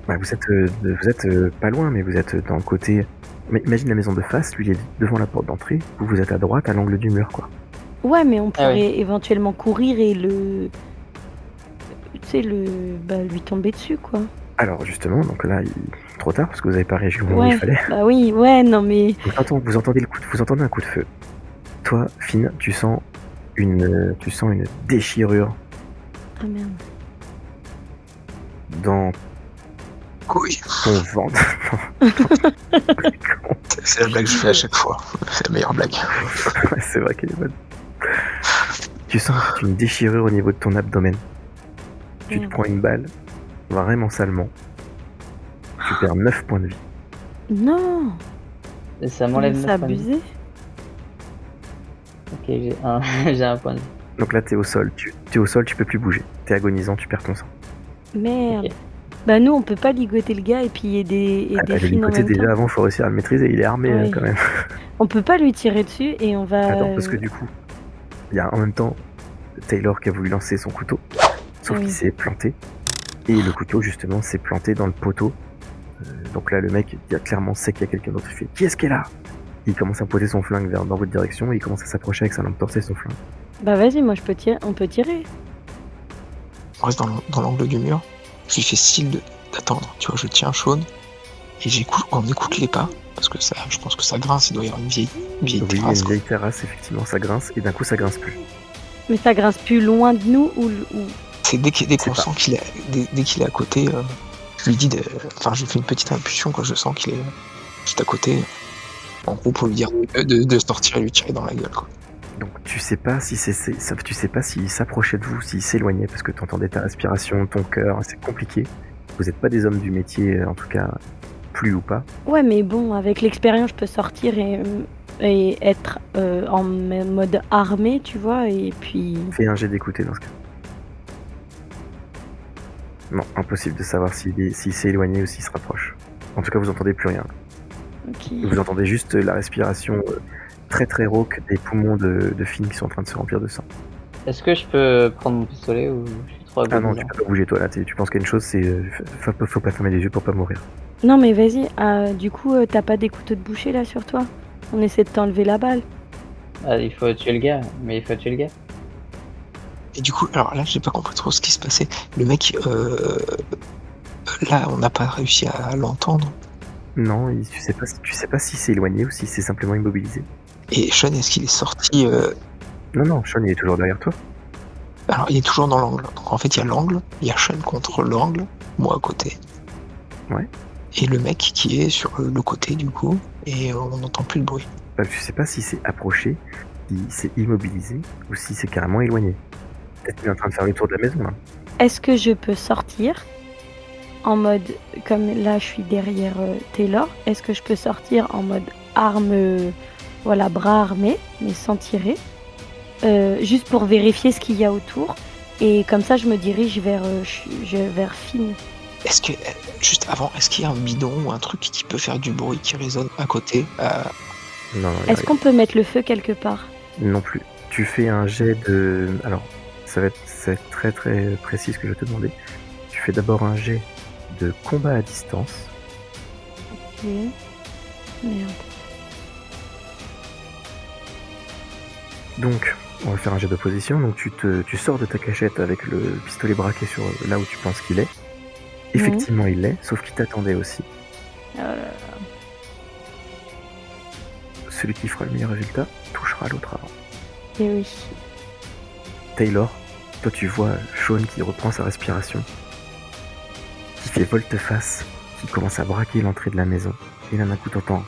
Speaker 6: Ouais, vous êtes, euh, vous êtes euh, pas loin, mais vous êtes dans le côté. Mais imagine la maison de face, lui il est devant la porte d'entrée, vous vous êtes à droite, à l'angle du mur, quoi.
Speaker 4: Ouais, mais on
Speaker 5: Ah
Speaker 4: pourrait
Speaker 5: oui.
Speaker 4: éventuellement courir et le. Tu sais, le. Bah, lui tomber dessus, quoi.
Speaker 6: Alors justement, donc là, il... trop tard parce que vous avez pas réagi au moment où il
Speaker 4: Ouais.
Speaker 6: fallait.
Speaker 4: Bah oui, ouais, non, mais.
Speaker 6: Donc, attends, vous entendez le coup, de- vous entendez un coup de feu. Toi, Finn, tu sens une, euh, tu sens une déchirure
Speaker 4: Ah merde.
Speaker 6: dans
Speaker 3: couille.
Speaker 6: qu'on vende.
Speaker 3: C'est la blague que je fais à chaque fois. C'est la meilleure blague.
Speaker 6: Ouais, c'est vrai qu'elle est bonne. Tu sens une déchirure au niveau de ton abdomen. Tu te
Speaker 4: Merde.
Speaker 6: prends une balle, vraiment salement. Tu
Speaker 4: Ah.
Speaker 6: perds 9 points de vie.
Speaker 4: Non
Speaker 5: Et ça m'enlève
Speaker 4: C'est
Speaker 5: neuf points de vie.
Speaker 4: abusé.
Speaker 5: Ok, j'ai un, [LAUGHS] j'ai un point de vie.
Speaker 6: Donc là, t'es au sol. Tu es au sol, tu peux plus bouger. T'es agonisant, tu perds ton sang.
Speaker 4: Merde.
Speaker 5: Ok.
Speaker 4: Bah nous, on peut pas ligoter le gars et puis aider, aider
Speaker 6: Ah, bah,
Speaker 4: Finn en
Speaker 6: côté
Speaker 4: même
Speaker 6: déjà
Speaker 4: temps.
Speaker 6: avant, faut réussir à le maîtriser. Il est armé
Speaker 4: Oui.
Speaker 6: hein, quand même.
Speaker 4: On peut pas lui tirer dessus et on va...
Speaker 6: Attends, parce que du coup, il y a en même temps Taylor qui a voulu lancer son couteau, sauf
Speaker 4: Ah oui.
Speaker 6: qu'il s'est planté. Et le couteau, justement, s'est planté dans le poteau. Euh, donc là, le mec, il a clairement sait qu'il y a quelqu'un d'autre. Il fait Qui est-ce qui est là Il commence à poser son flingue vers, dans votre direction et il commence à s'approcher avec sa lampe torchée et son flingue.
Speaker 4: Bah vas-y, moi je peux tirer, on peut tirer.
Speaker 3: On reste dans l'an- dans l'angle du mur. Je lui fais signe de- d'attendre. Tu vois, je tiens Sean. Et j'écoute, on écoute les pas. Parce que ça, je pense que ça grince. Il doit y avoir une vieille, une vieille
Speaker 6: Oui, il y a
Speaker 3: terrasse,
Speaker 6: une
Speaker 3: quoi.
Speaker 6: vieille terrasse, effectivement, ça grince et d'un coup, ça grince plus.
Speaker 4: Mais ça grince plus loin de nous ou... ou...
Speaker 3: C'est dès qu'il- dès
Speaker 6: C'est
Speaker 3: qu'on
Speaker 6: pas-
Speaker 3: sent qu'il est, dès, dès qu'il est à côté, euh, je lui dis, de- enfin, je lui fais une petite impulsion quand je sens qu'il est euh, juste à côté. En gros, pour lui dire de, de- de sortir et lui tirer dans la gueule, quoi.
Speaker 6: Donc tu sais pas si c'est, c'est- ça- tu sais pas s'il s'approchait de vous, s'il s'éloignait parce que tu entendais ta respiration, ton cœur, c'est compliqué. Vous n'êtes pas des hommes du métier, euh, en tout cas plus ou pas.
Speaker 4: Ouais, mais bon, avec l'expérience, je peux sortir et, et être euh, en m- mode armé, tu vois, et puis...
Speaker 6: Fais un jet d'écouter dans ce cas. Non, impossible de savoir s'il, est- s'il s'est éloigné ou s'il se rapproche. En tout cas, vous entendez plus rien.
Speaker 4: ok.
Speaker 6: Vous entendez juste la respiration euh, très très rauque des poumons de, de Finn qui sont en train de se remplir de sang.
Speaker 5: Est-ce que je peux prendre mon pistolet ou je suis trop
Speaker 6: Ah non,
Speaker 5: agonisant
Speaker 6: tu peux pas bouger toi là. Tu, tu penses qu'il y a une chose, c'est euh, faut, faut- faut pas fermer les yeux pour pas mourir.
Speaker 4: Non, mais vas-y, euh, du coup, euh, t'as pas des couteaux de boucher là sur toi On essaie de t'enlever la balle.
Speaker 5: Ah, il faut tuer le gars, mais il faut tuer le gars.
Speaker 3: Et du coup, alors là, j'ai pas compris trop ce qui se passait. Le mec, euh, là, on n'a pas réussi à l'entendre.
Speaker 6: Non, il- tu sais pas, si- tu sais pas si c'est éloigné ou si c'est simplement immobilisé.
Speaker 3: Et Sean, est-ce qu'il est sorti euh,
Speaker 6: Non, non, Sean il est toujours derrière toi.
Speaker 3: Alors, il est toujours dans l'angle. Donc, en fait, il y a l'angle, il y a Sean contre l'angle, moi à côté.
Speaker 6: Ouais.
Speaker 3: Et le mec qui est sur le côté, du coup, et euh, on n'entend plus de bruit.
Speaker 6: Bah, tu sais pas si c'est approché, si c'est immobilisé ou si c'est carrément éloigné. Peut-être qu'il est en train de faire le tour de la maison hein. là.
Speaker 4: Est-ce que je peux sortir en mode, comme là je suis derrière euh, Taylor, est-ce que je peux sortir en mode arme, euh, voilà, bras armés, mais sans tirer, euh, juste pour vérifier ce qu'il y a autour Et comme ça, je me dirige vers, euh, je- je- vers Finn.
Speaker 3: Est-ce que, euh, juste avant, est-ce qu'il y a un bidon ou un truc qui peut faire du bruit, qui résonne à côté euh,
Speaker 6: Non, non, il y a
Speaker 4: Est-ce qu'on peut mettre le feu quelque part
Speaker 6: Non plus. Tu fais un jet de. Alors, ça va être, ça va être très très précis ce que je vais te demander. Tu fais d'abord un jet de combat à distance.
Speaker 4: Ok. Merde.
Speaker 6: Donc, on va faire un jet de position. Donc, tu, te, tu sors de ta cachette avec le pistolet braqué sur là où tu penses qu'il est. Effectivement, il l'est, sauf qu'il t'attendait aussi.
Speaker 4: Euh,
Speaker 6: Celui qui fera le meilleur résultat touchera l'autre avant.
Speaker 4: et Eh oui.
Speaker 6: Taylor, toi tu vois Sean qui reprend sa respiration, qui fait volte-face, qui commence à braquer l'entrée de la maison. Et là d'un coup t'entends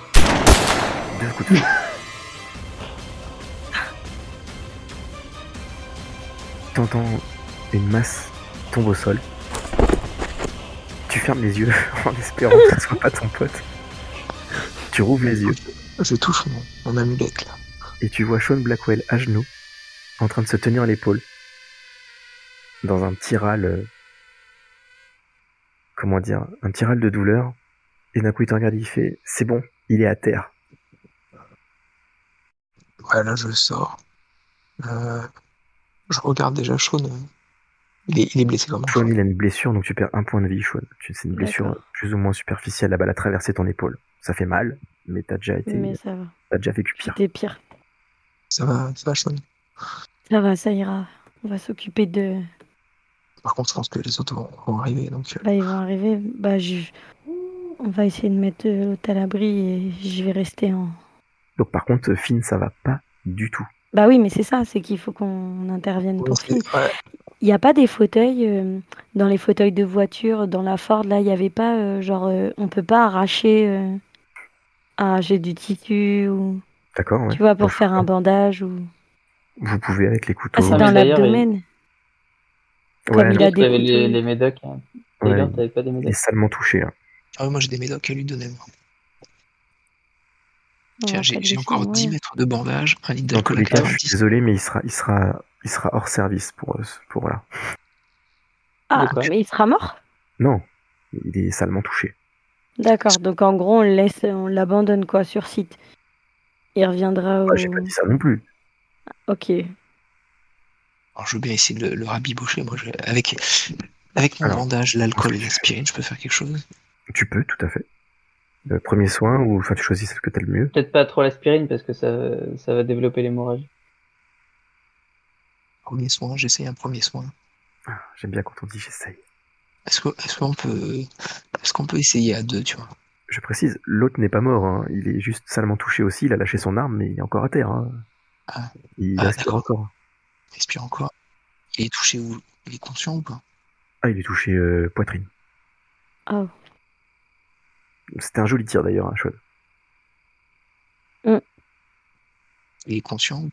Speaker 6: deux coups de feu. T'entends une masse tombe au sol. Tu fermes les yeux [LAUGHS] en espérant que ce soit pas ton pote. Tu rouvres les yeux
Speaker 3: Je touche mon, mon amulette, là.
Speaker 6: et tu vois Sean Blackwell à genoux, en train de se tenir l'épaule, dans un petit râle, euh, comment dire, un petit râle de douleur, et d'un coup il te regarde, il fait, c'est bon, il est à terre.
Speaker 3: Ouais, là, je sors. Euh, je regarde déjà Sean. euh, Il est, il est blessé comment
Speaker 6: Sean, il a une blessure, donc tu perds un point de vie, Sean. Tu- C'est une blessure
Speaker 4: D'accord.
Speaker 6: plus ou moins superficielle, la balle a traversé ton épaule. Ça fait mal, mais t'as déjà été,
Speaker 4: Mais ça va.
Speaker 6: t'as déjà vécu pire.
Speaker 4: C'était pire.
Speaker 3: Ça va, ça va, Sean
Speaker 4: Ça va, ça ira. On va s'occuper de.
Speaker 3: Par contre, je pense que les autres vont, vont arriver, donc... euh,
Speaker 4: Bah, ils vont arriver. Bah, je- On va essayer de mettre euh, l'autre à l'abri et je vais rester en.
Speaker 6: Donc par contre, Finn, ça va pas du tout.
Speaker 4: Bah oui, mais c'est ça, c'est qu'il faut qu'on intervienne pour Finn.
Speaker 3: ouais.
Speaker 4: Il n'y a pas des fauteuils, euh, dans les fauteuils de voiture, dans la Ford, là, il n'y avait pas, euh, genre, euh, on peut pas arracher, euh, arracher du tissu, ou,
Speaker 6: D'accord, ouais.
Speaker 4: tu vois, pour
Speaker 6: Donc,
Speaker 4: faire un bandage, ou...
Speaker 6: Vous pouvez avec les couteaux.
Speaker 4: Ah, c'est
Speaker 5: mais
Speaker 4: dans
Speaker 5: d'ailleurs,
Speaker 4: l'abdomen
Speaker 6: Ouais,
Speaker 4: comme il
Speaker 6: non,
Speaker 4: a
Speaker 5: T'avais
Speaker 4: des
Speaker 5: les,
Speaker 4: couteaux.
Speaker 5: les médocs. Hein.
Speaker 6: Ouais,
Speaker 5: Taylor,
Speaker 6: il-
Speaker 5: t'avais pas des
Speaker 6: il est
Speaker 5: médocs.
Speaker 6: salement hein. touché. Là.
Speaker 3: Ah ouais, moi j'ai des médocs à lui donner. moi.
Speaker 4: On
Speaker 3: Tiens,
Speaker 4: va pas
Speaker 3: j'ai
Speaker 4: le
Speaker 3: j'ai
Speaker 4: laisser
Speaker 3: encore 10
Speaker 4: mourir.
Speaker 3: mètres de bandage, un litre
Speaker 6: Dans tous
Speaker 3: d'alcool à
Speaker 6: les cas, je
Speaker 3: 90.
Speaker 6: suis désolé, mais il sera, il sera, il sera hors service pour, euh, ce- pour là.
Speaker 4: Ah,
Speaker 5: De quoi
Speaker 4: mais il sera mort
Speaker 6: Non, il est salement touché.
Speaker 4: D'accord, donc en gros, on le laisse, on l'abandonne, quoi, sur site. Il reviendra au...
Speaker 6: Ouais, J'ai pas dit ça non plus.
Speaker 4: Ok.
Speaker 3: Alors, je veux bien essayer de le, le rabibocher. Moi, je- avec, avec mon
Speaker 6: Alors,
Speaker 3: bandage, l'alcool et
Speaker 6: est-ce que tu-
Speaker 3: l'aspirine, je peux faire quelque chose.
Speaker 6: Tu peux, tout à fait. Euh, premier soin, ou enfin, tu choisis ce que t'as le mieux.
Speaker 5: Peut-être pas trop l'aspirine parce que ça, ça va développer
Speaker 4: [LAUGHS]
Speaker 5: l'hémorragie.
Speaker 3: Premier soin, j'essaye un premier soin.
Speaker 6: J'aime bien quand on dit j'essaye.
Speaker 3: Est-ce que- est-ce qu'on peut, est-ce qu'on peut essayer à deux, tu vois
Speaker 6: Je précise, l'autre n'est pas mort. hein. Il est juste salement touché aussi. Il a lâché son arme, mais il est encore à terre. hein.
Speaker 3: Ah.
Speaker 6: Il
Speaker 3: Ah,
Speaker 6: aspire
Speaker 3: d'accord.
Speaker 6: encore.
Speaker 3: Respire encore. Il est touché ou il est conscient ou pas
Speaker 6: Ah, il est touché euh, poitrine.
Speaker 4: Ah.
Speaker 6: C'était un joli tir d'ailleurs, hein, Sean.
Speaker 3: Il est conscient ou-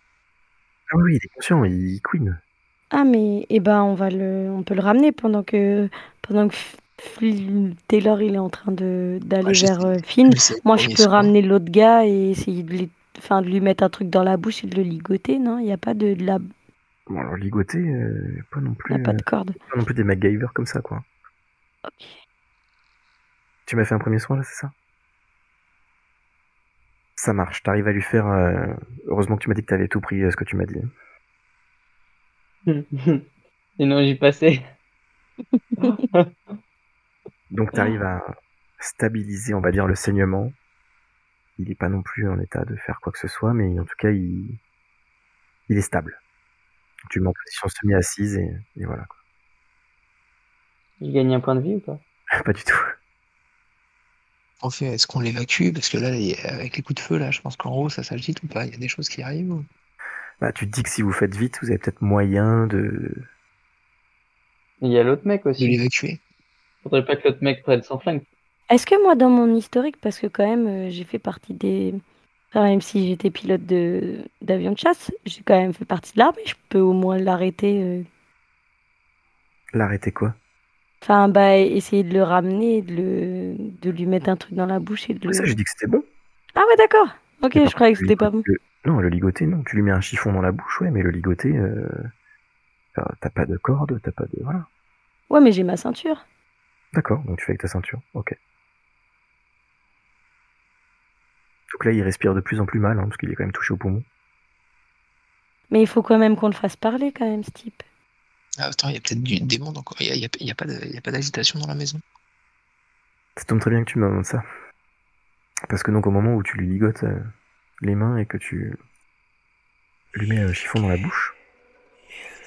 Speaker 6: Ah oui, il est conscient, il queen.
Speaker 4: Ah mais eh ben on va le on peut le ramener pendant que pendant que F- F- Taylor il est en train de d'aller
Speaker 3: Ouais, je
Speaker 4: vers
Speaker 3: sais.
Speaker 4: euh, Finn.
Speaker 3: J'essaie le
Speaker 4: Moi je
Speaker 3: premier
Speaker 4: peux
Speaker 3: soin.
Speaker 4: ramener l'autre gars et essayer de lui enfin de lui mettre un truc dans la bouche et de le ligoter, non Il n'y a pas de, de la
Speaker 6: Bon, alors ligoté, euh, pas
Speaker 3: Ah,
Speaker 6: non
Speaker 4: y
Speaker 6: plus,
Speaker 4: a pas
Speaker 6: euh,
Speaker 4: de corde.
Speaker 6: pas non plus des MacGyver comme ça, quoi.
Speaker 4: Ok.
Speaker 6: Tu m'as fait un premier soin là, c'est ça Ça marche, t'arrives à lui faire. euh, Heureusement que tu m'as dit que t'avais tout pris euh, ce que tu m'as dit.
Speaker 5: Sinon j'y passais.
Speaker 6: Donc t'arrives à stabiliser, on va dire, le saignement. Il n'est pas non plus en état de faire quoi que ce soit, mais en tout cas, il, il est stable. Tu le mets en position semi-assise et, et voilà. quoi. [LAUGHS]
Speaker 5: Il gagne un point de vie ou pas
Speaker 6: pas du tout.
Speaker 3: En fait, est-ce qu'on l'évacue Parce que là, il- avec les coups de feu, là, je pense qu'en gros, ça s'agite ou pas Il y a des choses qui arrivent ou-
Speaker 6: Bah, tu te dis que si vous faites vite, vous avez peut-être moyen de,
Speaker 5: Il y a l'autre mec
Speaker 3: De
Speaker 5: aussi.
Speaker 3: l'évacuer
Speaker 5: Faudrait pas que l'autre mec prenne son flingue.
Speaker 4: Est-ce que moi dans mon historique parce que quand même euh, j'ai fait partie des enfin, même si j'étais pilote de d'avion de chasse, j'ai quand même fait partie de l'armée, je peux au moins l'arrêter euh,
Speaker 6: l'arrêter quoi.
Speaker 4: Enfin, bah, essayer de le ramener, de, le... de lui mettre un truc dans la bouche et de
Speaker 6: Pour
Speaker 4: le...
Speaker 6: ça, j'ai dit que c'était bon.
Speaker 4: Ah ouais, d'accord. Ok,
Speaker 6: Mais
Speaker 4: je
Speaker 6: par
Speaker 4: croyais que
Speaker 6: contre, le
Speaker 4: c'était pas bon.
Speaker 6: ligoter- le- Non, le ligoté, non. Tu lui mets un chiffon dans la bouche, ouais, mais le ligoté, euh, enfin, t'as pas de corde, t'as pas de. Voilà.
Speaker 4: Ouais, mais j'ai ma ceinture.
Speaker 6: D'accord, donc tu fais avec ta ceinture. Ok. Donc là, il respire de plus en plus mal, hein, parce qu'il est quand même touché au poumon.
Speaker 4: Mais il faut quand même qu'on le fasse parler, quand même, ce type.
Speaker 3: Ah, Attends, il y a peut-être du démon encore. Il n'y a, il y a- il y a pas de- il y a pas d'agitation dans la maison.
Speaker 6: Ça tombe très bien que tu me demandes ça. Parce que donc au moment où tu lui ligotes euh, les mains et que tu lui mets le chiffon dans la bouche,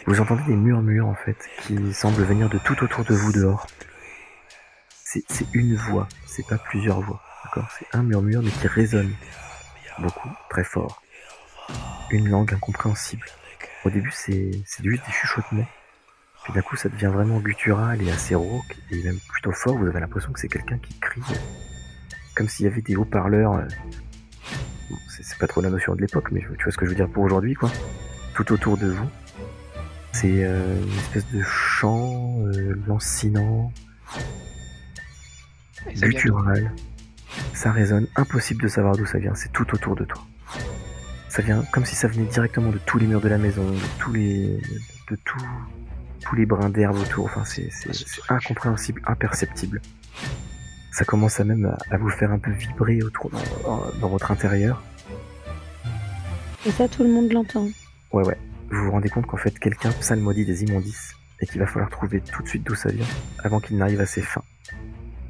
Speaker 6: vous entendez des murmures en fait qui semblent venir de tout autour de vous dehors. C'est c'est une voix, c'est pas plusieurs voix, d'accord C'est un murmure mais qui résonne beaucoup, très fort. Une langue incompréhensible. Au début c'est c'est juste des chuchotements. Puis d'un coup ça devient vraiment guttural et assez rauque et même plutôt fort, vous avez l'impression que c'est quelqu'un qui crie comme s'il y avait des haut-parleurs. euh, bon, c'est c'est pas trop la notion de l'époque, mais tu vois ce que je veux dire pour aujourd'hui, quoi. Tout autour de vous, c'est euh, une espèce de chant euh, lancinant,
Speaker 3: Ils aiment bien
Speaker 6: guttural. Ça résonne, impossible de savoir d'où ça vient, c'est tout autour de toi. Ça vient comme si ça venait directement de tous les murs de la maison, de tous les, de tout- tous les brins d'herbe autour. Enfin, c'est c'est- c'est incompréhensible, imperceptible. Ça commence à même à, à vous faire un peu vibrer autour dans- dans votre intérieur.
Speaker 4: Et ça, tout le monde l'entend.
Speaker 6: Ouais, ouais. Vous vous rendez compte qu'en fait, quelqu'un psalmodie des immondices et qu'il va falloir trouver tout de suite d'où ça vient avant qu'il n'arrive à ses fins.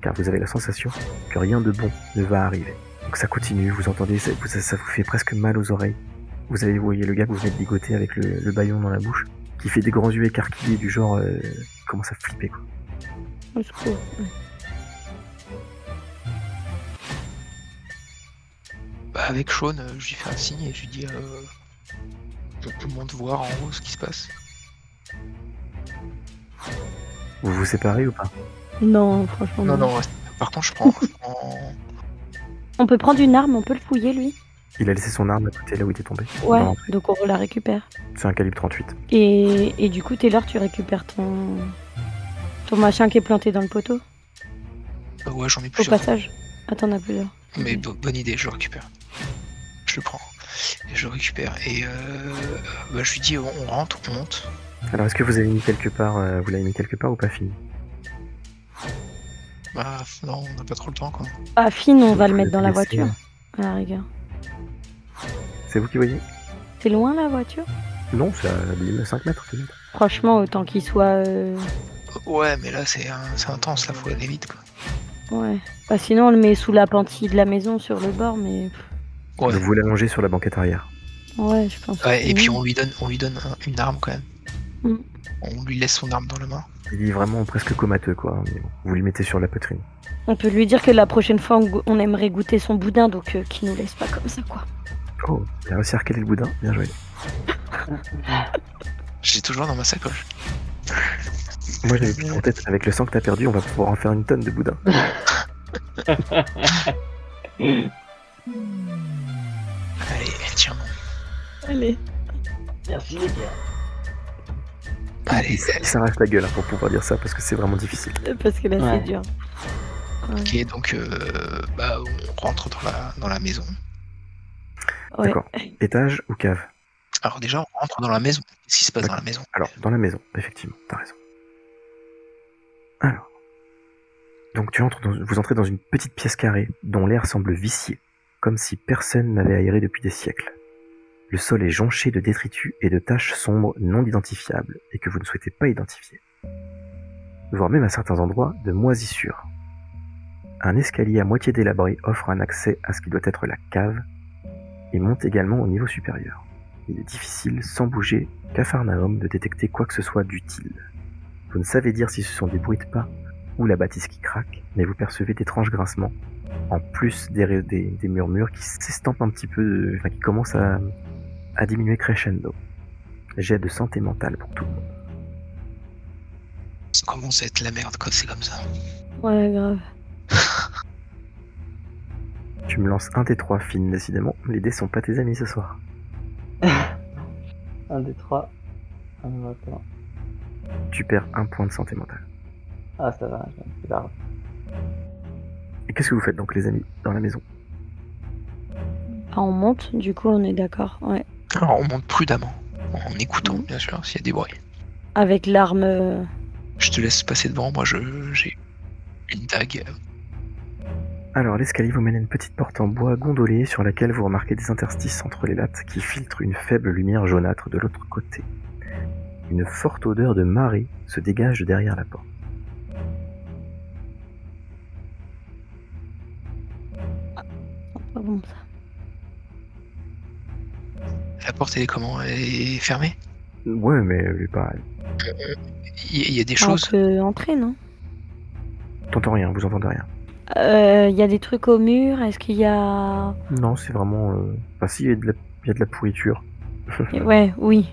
Speaker 6: Car vous avez la sensation que rien de bon ne va arriver. Donc ça continue, vous entendez, ça vous, ça- ça vous fait presque mal aux oreilles. Vous avez, vous voyez le gars que vous venez de ligoter avec le, le baillon dans la bouche, qui fait des grands yeux écarquillés du genre, euh, commence à flipper quoi.
Speaker 4: Au secours.
Speaker 3: Bah, avec Sean, euh, je lui fais un signe et je lui dis euh, on peut monte voir en haut ce qui se passe.
Speaker 6: Vous vous séparez ou pas
Speaker 4: Non, franchement.
Speaker 3: Non, non, par contre, je prends. je prends-
Speaker 4: On peut prendre une arme, on peut le fouiller lui.
Speaker 6: Il a laissé son arme à côté là où il était tombé.
Speaker 4: Ouais,
Speaker 6: Non,
Speaker 4: donc on la récupère.
Speaker 6: C'est un calibre 38.
Speaker 4: Et, et du coup, Taylor, tu récupères ton. ton machin qui est planté dans le poteau,
Speaker 3: Euh, ouais, j'en ai
Speaker 4: au
Speaker 3: plusieurs.
Speaker 4: passage. Attends, on a plusieurs.
Speaker 3: Mais bo- bonne idée, je le récupère. Je le prends. Et je le récupère. Et euh, bah, je lui dis, on on rentre, on monte.
Speaker 6: Alors, est-ce que vous avez mis quelque part, euh, vous l'avez mis quelque part ou pas fini
Speaker 3: Bah, non, on n'a pas trop le temps, quoi.
Speaker 4: Ah, fine, on va le
Speaker 6: Vous
Speaker 4: mettre dans la
Speaker 6: l'avez laissé,
Speaker 4: voiture, à la rigueur.
Speaker 6: euh, C'est vous qui voyez
Speaker 4: C'est loin la voiture
Speaker 6: Non, c'est à 5 mètres peut-être.
Speaker 4: Franchement, autant qu'il soit. euh,
Speaker 3: Ouais, mais là, c'est un- c'est intense, là, faut aller vite, quoi.
Speaker 4: Ouais. Bah, sinon, on le met sous la pente de la maison, sur le bord, mais.
Speaker 3: Ouais.
Speaker 6: Donc, vous l'allongez sur la banquette arrière.
Speaker 4: Ouais, je pense.
Speaker 3: Ouais,
Speaker 4: que
Speaker 3: et puis
Speaker 4: oui.
Speaker 3: on lui donne, on lui donne un- une arme quand même.
Speaker 4: Mm.
Speaker 3: On lui laisse son arme dans la main.
Speaker 6: Il est vraiment presque comateux quoi. mais bon, Vous lui mettez sur la poitrine.
Speaker 4: On peut lui dire que la prochaine fois, on go- on aimerait goûter son boudin, donc euh, qu'il nous laisse pas comme ça, quoi.
Speaker 6: Oh, il a réussi à recaler le boudin. Bien joué.
Speaker 3: J'ai toujours dans ma sacoche.
Speaker 6: Moi j'avais plus en tête avec le sang que t'as perdu, on va pouvoir en faire une tonne de boudin.
Speaker 3: Allez, tiens.
Speaker 4: Allez.
Speaker 5: Merci les gars.
Speaker 3: Allez,
Speaker 6: Il s'arrache la gueule hein, pour pouvoir dire ça parce que c'est vraiment difficile.
Speaker 4: Parce que là,
Speaker 5: Ouais.
Speaker 4: c'est dur. Ouais.
Speaker 3: ok, donc euh, bah, on rentre dans la, dans la maison.
Speaker 4: Ouais.
Speaker 6: D'accord. Étage ou cave
Speaker 3: Alors déjà, on rentre dans la maison. Qu'est-ce qui se passe dans la maison
Speaker 6: Alors, dans la maison, effectivement, t'as raison. Alors. Donc tu entres dans, vous entrez dans une petite pièce carrée dont l'air semble vicié, comme si personne n'avait aéré depuis des siècles. Le sol est jonché de détritus et de taches sombres non identifiables et que vous ne souhaitez pas identifier. Voire même à certains endroits de moisissures. Un escalier à moitié délabré offre un accès à ce qui doit être la cave et monte également au niveau supérieur. Il est difficile, sans bouger, Capharnaüm de détecter quoi que ce soit d'utile. Vous ne savez dire si ce sont des bruits de pas ou la bâtisse qui craque, mais vous percevez d'étranges grincements, en plus des, ré- des- des murmures qui s'estampent un petit peu, enfin qui commencent à, à diminuer crescendo. J'ai de santé mentale pour tout le monde.
Speaker 3: Ça commence à être la merde quand c'est comme ça.
Speaker 4: Ouais, grave.
Speaker 6: Tu me lances un des trois fines, décidément. Les dés sont pas tes amis ce soir.
Speaker 5: Un, deux, trois. Un, attends.
Speaker 6: Tu perds un point de santé mentale.
Speaker 5: Ah ça va, j'ai un petit barbe.
Speaker 6: Et qu'est-ce que vous faites donc, les amis, dans la maison
Speaker 4: Ah, on monte, du coup, on est d'accord. Ouais.
Speaker 3: Alors on monte prudemment, en écoutant bien sûr s'il y a des bruits.
Speaker 4: Avec l'arme. euh,
Speaker 3: Je te laisse passer devant, moi je j'ai une dague.
Speaker 6: Alors, l'escalier vous mène à une petite porte en bois gondolée sur laquelle vous remarquez des interstices entre les lattes qui filtrent une faible lumière jaunâtre de l'autre côté. Une forte odeur de marée se dégage de derrière la porte.
Speaker 4: pas bon, ça.
Speaker 3: La porte elle est comment Elle est fermée
Speaker 6: Ouais, mais elle est pas.
Speaker 3: Il y, il y a des
Speaker 4: Ah, On
Speaker 3: choses.
Speaker 4: peut entrer, non
Speaker 6: T'entends rien, vous entendez rien.
Speaker 4: Il Euh, y a des trucs au mur, est-ce qu'il y a.
Speaker 6: Non, c'est vraiment. Euh... Enfin, si, il y, a de la... il y a de la pourriture. [LAUGHS]
Speaker 4: Ouais, oui.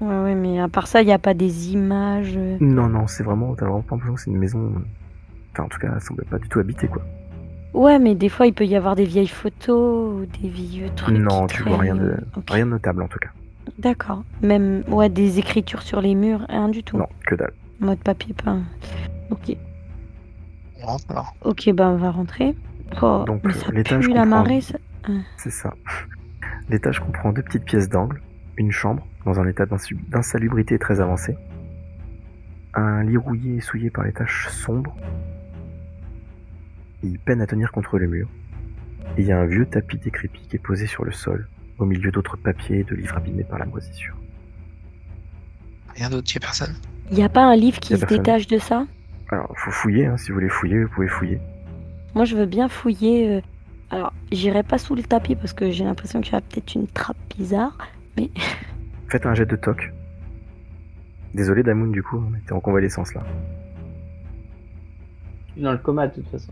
Speaker 4: Ouais, ouais, mais à part ça, il n'y a pas des images. euh,
Speaker 6: Non, non, c'est vraiment. T'as vraiment pas l'impression que c'est une maison. euh, Enfin, en tout cas, elle semble pas du tout habitée, quoi.
Speaker 4: Ouais, mais des fois, il peut y avoir des vieilles photos ou des vieux trucs.
Speaker 6: Non,
Speaker 4: qui
Speaker 6: tu vois rien de-
Speaker 4: traînent. Ok,
Speaker 6: Rien de notable, en tout cas.
Speaker 4: D'accord. Même, ouais, des écritures sur les murs, rien du tout.
Speaker 6: Non, que dalle.
Speaker 4: Mode papier peint. Ok,
Speaker 3: On rentre alors.
Speaker 4: ok, bah on va rentrer. Oh,
Speaker 6: Donc,
Speaker 4: mais ça
Speaker 6: euh, l'étage
Speaker 4: pue la
Speaker 6: comprend-
Speaker 4: marée, ça.
Speaker 6: C'est ça. L'étage comprend deux petites pièces d'angle, une chambre, dans un état d'insu- d'insalubrité très avancé, un lit rouillé et souillé par les taches sombres. Il peine à tenir contre le mur. Et il y a un vieux tapis décrépit qui est posé sur le sol, au milieu d'autres papiers et de livres abîmés par la moisissure.
Speaker 3: Rien d'autre, il y a personne.
Speaker 4: Il n'y a pas un livre qui
Speaker 6: Y a
Speaker 4: se
Speaker 6: personne.
Speaker 4: détache de ça
Speaker 6: Alors, faut fouiller, hein, si vous voulez fouiller, vous pouvez fouiller.
Speaker 4: Moi, je veux bien fouiller. euh, Alors, j'irai pas sous le tapis parce que j'ai l'impression qu'il y a peut-être une trappe bizarre.
Speaker 6: Faites un jet de toc. Désolé Damoun du coup, mais t'es en convalescence là.
Speaker 5: Je suis dans le coma de toute façon.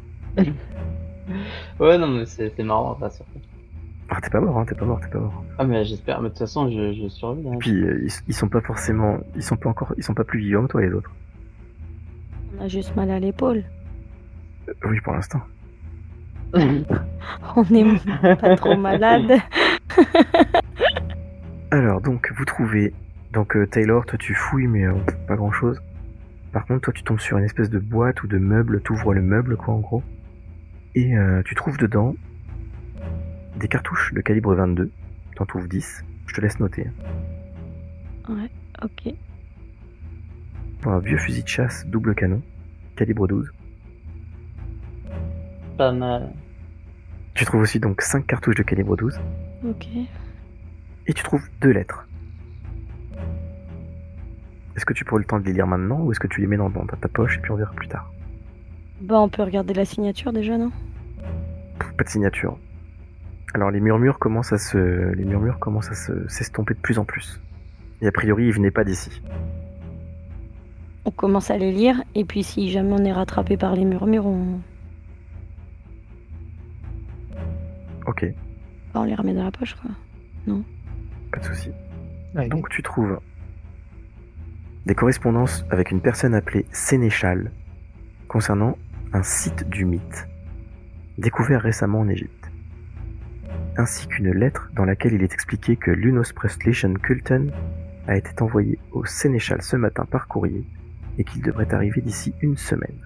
Speaker 5: ouais non mais c'est c'est marrant, enfin surtout.
Speaker 6: Ah t'es pas mort, hein, t'es pas mort, t'es pas mort.
Speaker 5: Ah mais j'espère, mais de toute façon je, je survis. Hein.
Speaker 6: Puis euh, ils, ils sont pas forcément, ils sont pas encore, ils sont pas plus vivants que toi les autres.
Speaker 4: a juste mal à l'épaule. [LAUGHS]
Speaker 6: Euh, oui, pour l'instant.
Speaker 4: On est pas trop malade.
Speaker 6: Alors, donc, vous trouvez. Donc, euh, Taylor, toi, tu fouilles, mais euh, pas grand chose. Par contre, toi, tu tombes sur une espèce de boîte ou de meuble. T'ouvres le meuble, quoi, en gros. Et euh, tu trouves dedans des cartouches de calibre 22. T'en trouves 10. Je te laisse noter. hein.
Speaker 4: Ouais, ok.
Speaker 6: Un vieux fusil de chasse double canon, calibre 12.
Speaker 5: [LAUGHS] Pas mal.
Speaker 6: Tu trouves aussi donc 5 cartouches de calibre 12.
Speaker 4: Ok.
Speaker 6: Et tu trouves deux lettres. Est-ce que tu prends le temps de les lire maintenant ou est-ce que tu les mets dans, dans ta poche et puis on verra plus tard
Speaker 4: Bah, on peut regarder la signature déjà, non
Speaker 6: Pff, Pas de signature. Alors les murmures commencent à se, les murmures commencent à se s'estomper de plus en plus. Et a priori, ils venaient pas d'ici.
Speaker 4: On commence à les lire, et puis si jamais on est rattrapé par les murmures, on,
Speaker 6: Ok,
Speaker 4: bah, on les remet dans la poche, quoi.
Speaker 6: pas de souci.
Speaker 5: Ouais,
Speaker 6: Donc tu trouves des correspondances avec une personne appelée Sénéchal concernant un site du mythe, découvert récemment en Égypte, ainsi qu'une lettre dans laquelle il est expliqué que l'Unos Preslation Culten a été envoyée au Sénéchal ce matin par courrier et qu'il devrait arriver d'ici une semaine.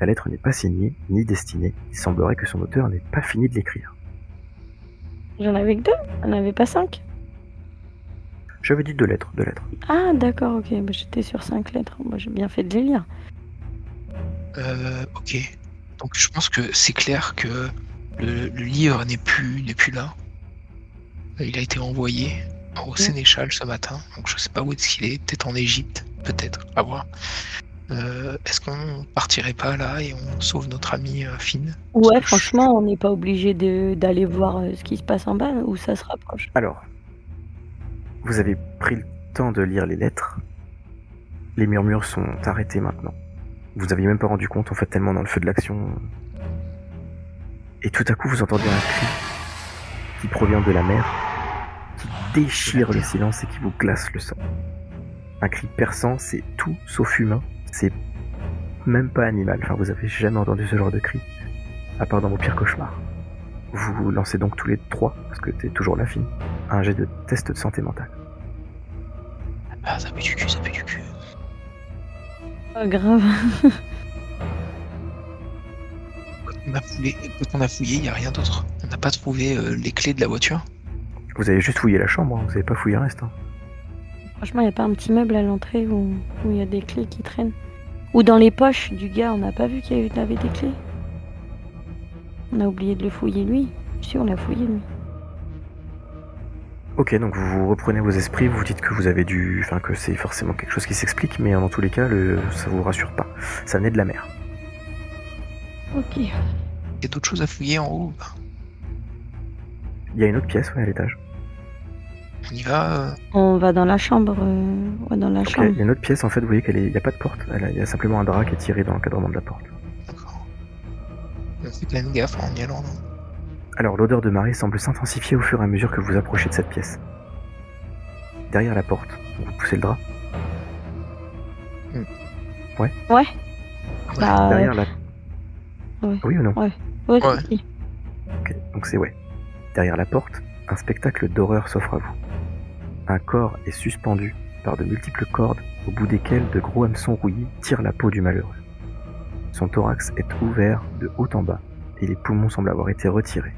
Speaker 6: La lettre n'est pas signée ni destinée, il semblerait que son auteur n'ait pas fini de l'écrire.
Speaker 4: J'en avais que deux On avait pas cinq
Speaker 6: J'avais dit deux lettres, deux lettres.
Speaker 4: Ah, d'accord, ok. Bah, J'étais sur cinq lettres. Moi, j'ai bien fait de les lire.
Speaker 3: Euh, ok. Donc je pense que c'est clair que le, le livre n'est plus, n'est plus là. Il a été envoyé au Sénéchal ce matin. Donc je sais pas où est-ce qu'il est. Peut-être en Égypte. Peut-être. À voir. Euh, est-ce qu'on partirait pas là et on sauve notre ami euh, Finn
Speaker 4: Ouais,
Speaker 3: Je-
Speaker 4: franchement, on n'est pas obligé de- d'aller voir euh, ce qui se passe en bas, où ça se rapproche.
Speaker 6: Alors, vous avez pris le temps de lire les lettres. Les murmures sont arrêtés maintenant. Vous aviez même pas rendu compte, en fait, tellement dans le feu de l'action. Et tout à coup, vous entendez un cri qui provient de la mer, qui déchire le silence et qui vous glace le sang. Un cri perçant, c'est tout sauf humain, c'est même pas animal. Enfin, vous avez jamais entendu ce genre de cri, à part dans vos pires cauchemars. Vous vous lancez donc tous les trois, parce que t'es toujours la fille un jet de test de santé mentale.
Speaker 3: Ah, ça pue du cul, ça pue du cul.
Speaker 4: Pas grave.
Speaker 3: Quand on a fouillé, quand on a fouillé, il n'y a rien d'autre. On n'a pas trouvé euh, les clés de la voiture.
Speaker 6: Vous avez juste fouillé la chambre, hein, vous avez pas fouillé le reste. hein.
Speaker 4: Franchement, il a pas un petit meuble à l'entrée où où il y a des clés qui traînent Ou dans les poches du gars, on n'a pas vu qu'il y avait- il avait des clés On a oublié de le fouiller, lui. Si, on l'a fouillé, lui.
Speaker 6: Ok, donc vous, vous reprenez vos esprits, vous vous dites que vous avez dû. Enfin, que c'est forcément quelque chose qui s'explique, mais euh, dans tous les cas, le... ça vous rassure pas. Ça venait de la mer.
Speaker 4: Ok.
Speaker 3: Il y a d'autres choses à fouiller en haut. Bah,
Speaker 6: Il y a une autre pièce, ouais, à l'étage.
Speaker 3: on y va. euh,
Speaker 4: On va dans la chambre. euh, ouais, dans la
Speaker 6: Ok,
Speaker 4: chambre.
Speaker 6: il y a une autre pièce, en fait, vous voyez qu'elle est. Il n'y a pas de porte, Elle a- il y a simplement un drap qui est tiré dans l'encadrement de la porte.
Speaker 3: D'accord. On fait plein de gaffe en y allant. non
Speaker 6: Alors l'odeur de marée semble s'intensifier au fur et à mesure que vous approchez de cette pièce. Derrière la porte, vous poussez le drap.
Speaker 4: Ouais.
Speaker 3: Ouais.
Speaker 4: Bah,
Speaker 6: Derrière la.
Speaker 4: Ouais.
Speaker 6: Oui ou non
Speaker 4: ouais,
Speaker 3: Ouais.
Speaker 4: si, si.
Speaker 6: Ok, donc c'est ouais. Derrière la porte, un spectacle d'horreur s'offre à vous. Un corps est suspendu par de multiples cordes, au bout desquelles de gros hameçons rouillis tirent la peau du malheureux. Son thorax est ouvert de haut en bas, et les poumons semblent avoir été retirés.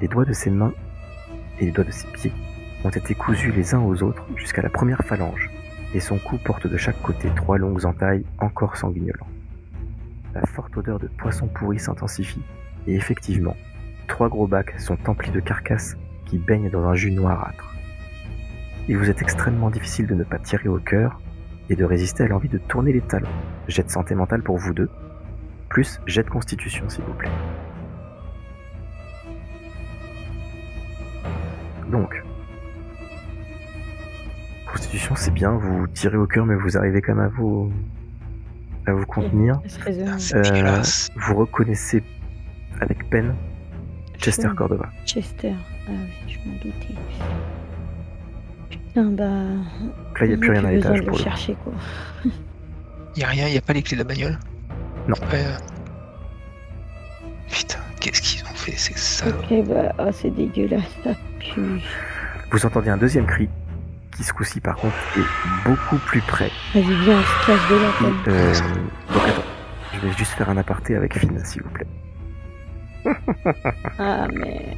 Speaker 6: Les doigts de ses mains et les doigts de ses pieds ont été cousus les uns aux autres jusqu'à la première phalange, et son cou porte de chaque côté trois longues entailles encore sanguinolantes. La forte odeur de poisson pourri s'intensifie, et effectivement, trois gros bacs sont emplis de carcasses qui baignent dans un jus noirâtre. Il vous est extrêmement difficile de ne pas tirer au cœur et de résister à l'envie de tourner les talons. Jet de santé mentale pour vous deux, plus jet de constitution s'il vous plaît. Donc, constitution c'est bien, vous tirez au cœur mais vous arrivez quand même à vous, à vous contenir.
Speaker 4: Elle se réserve.
Speaker 3: Ah,
Speaker 6: Euh,
Speaker 3: C'est dégueulasse.
Speaker 6: Vous reconnaissez avec peine Chester
Speaker 4: Chester.
Speaker 6: Cordova.
Speaker 4: Chester. Ah oui, je m'en doutais. Putain, bah.
Speaker 6: Donc là, il n'y a plus rien à
Speaker 4: besoin
Speaker 6: l'étage
Speaker 4: de le
Speaker 6: pour le coup.
Speaker 4: chercher, quoi.
Speaker 3: Y a rien, y a pas les clés de la bagnole
Speaker 6: Non.
Speaker 3: Ouais, euh. Putain, qu'est-ce qu'ils ont fait, ces [LAUGHS] salauds
Speaker 4: Ok, bah, oh, c'est dégueulasse, ça pue.
Speaker 6: Vous entendez un deuxième cri, qui ce coup-ci par contre est beaucoup plus près.
Speaker 4: Vas-y, viens, on se casse de là,
Speaker 6: Et,
Speaker 4: comme.
Speaker 6: euh, donc attends, je vais juste faire un aparté avec Finn, s'il vous plaît.
Speaker 4: Ah, mais.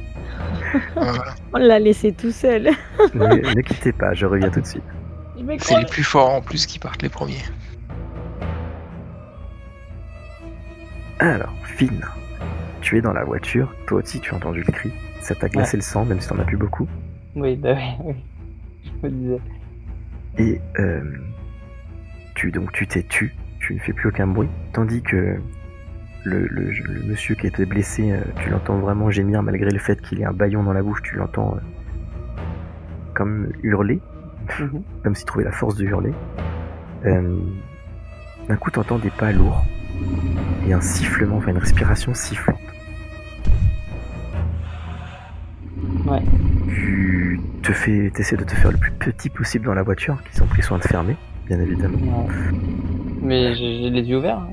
Speaker 3: Ah, voilà.
Speaker 4: On l'a laissé tout seul.
Speaker 6: ne, ne quittez pas, je reviens tout de suite.
Speaker 3: C'est les plus forts en plus qui partent les premiers.
Speaker 6: Alors, Finn, tu es dans la voiture, toi aussi tu as entendu le cri, ça t'a glacé le sang, même si t'en as plus beaucoup.
Speaker 5: Oui, bah oui, oui. Je me disais.
Speaker 6: Et euh, tu donc tu t'es tu, tu ne fais plus aucun bruit, tandis que le, le- le monsieur qui était blessé, euh, tu l'entends vraiment gémir malgré le fait qu'il ait un baillon dans la bouche, tu l'entends euh, comme hurler,
Speaker 5: Mhm.
Speaker 6: comme s'il trouvait la force de hurler. Euh, D'un coup, t'entends des pas lourds et un sifflement, enfin une respiration sifflante.
Speaker 5: Ouais.
Speaker 6: Tu te fais, t'essaies de te faire le plus petit possible dans la voiture, qu'ils ont pris soin de fermer, bien évidemment.
Speaker 5: Ouais. Mais j'ai j'ai les yeux ouverts. hein.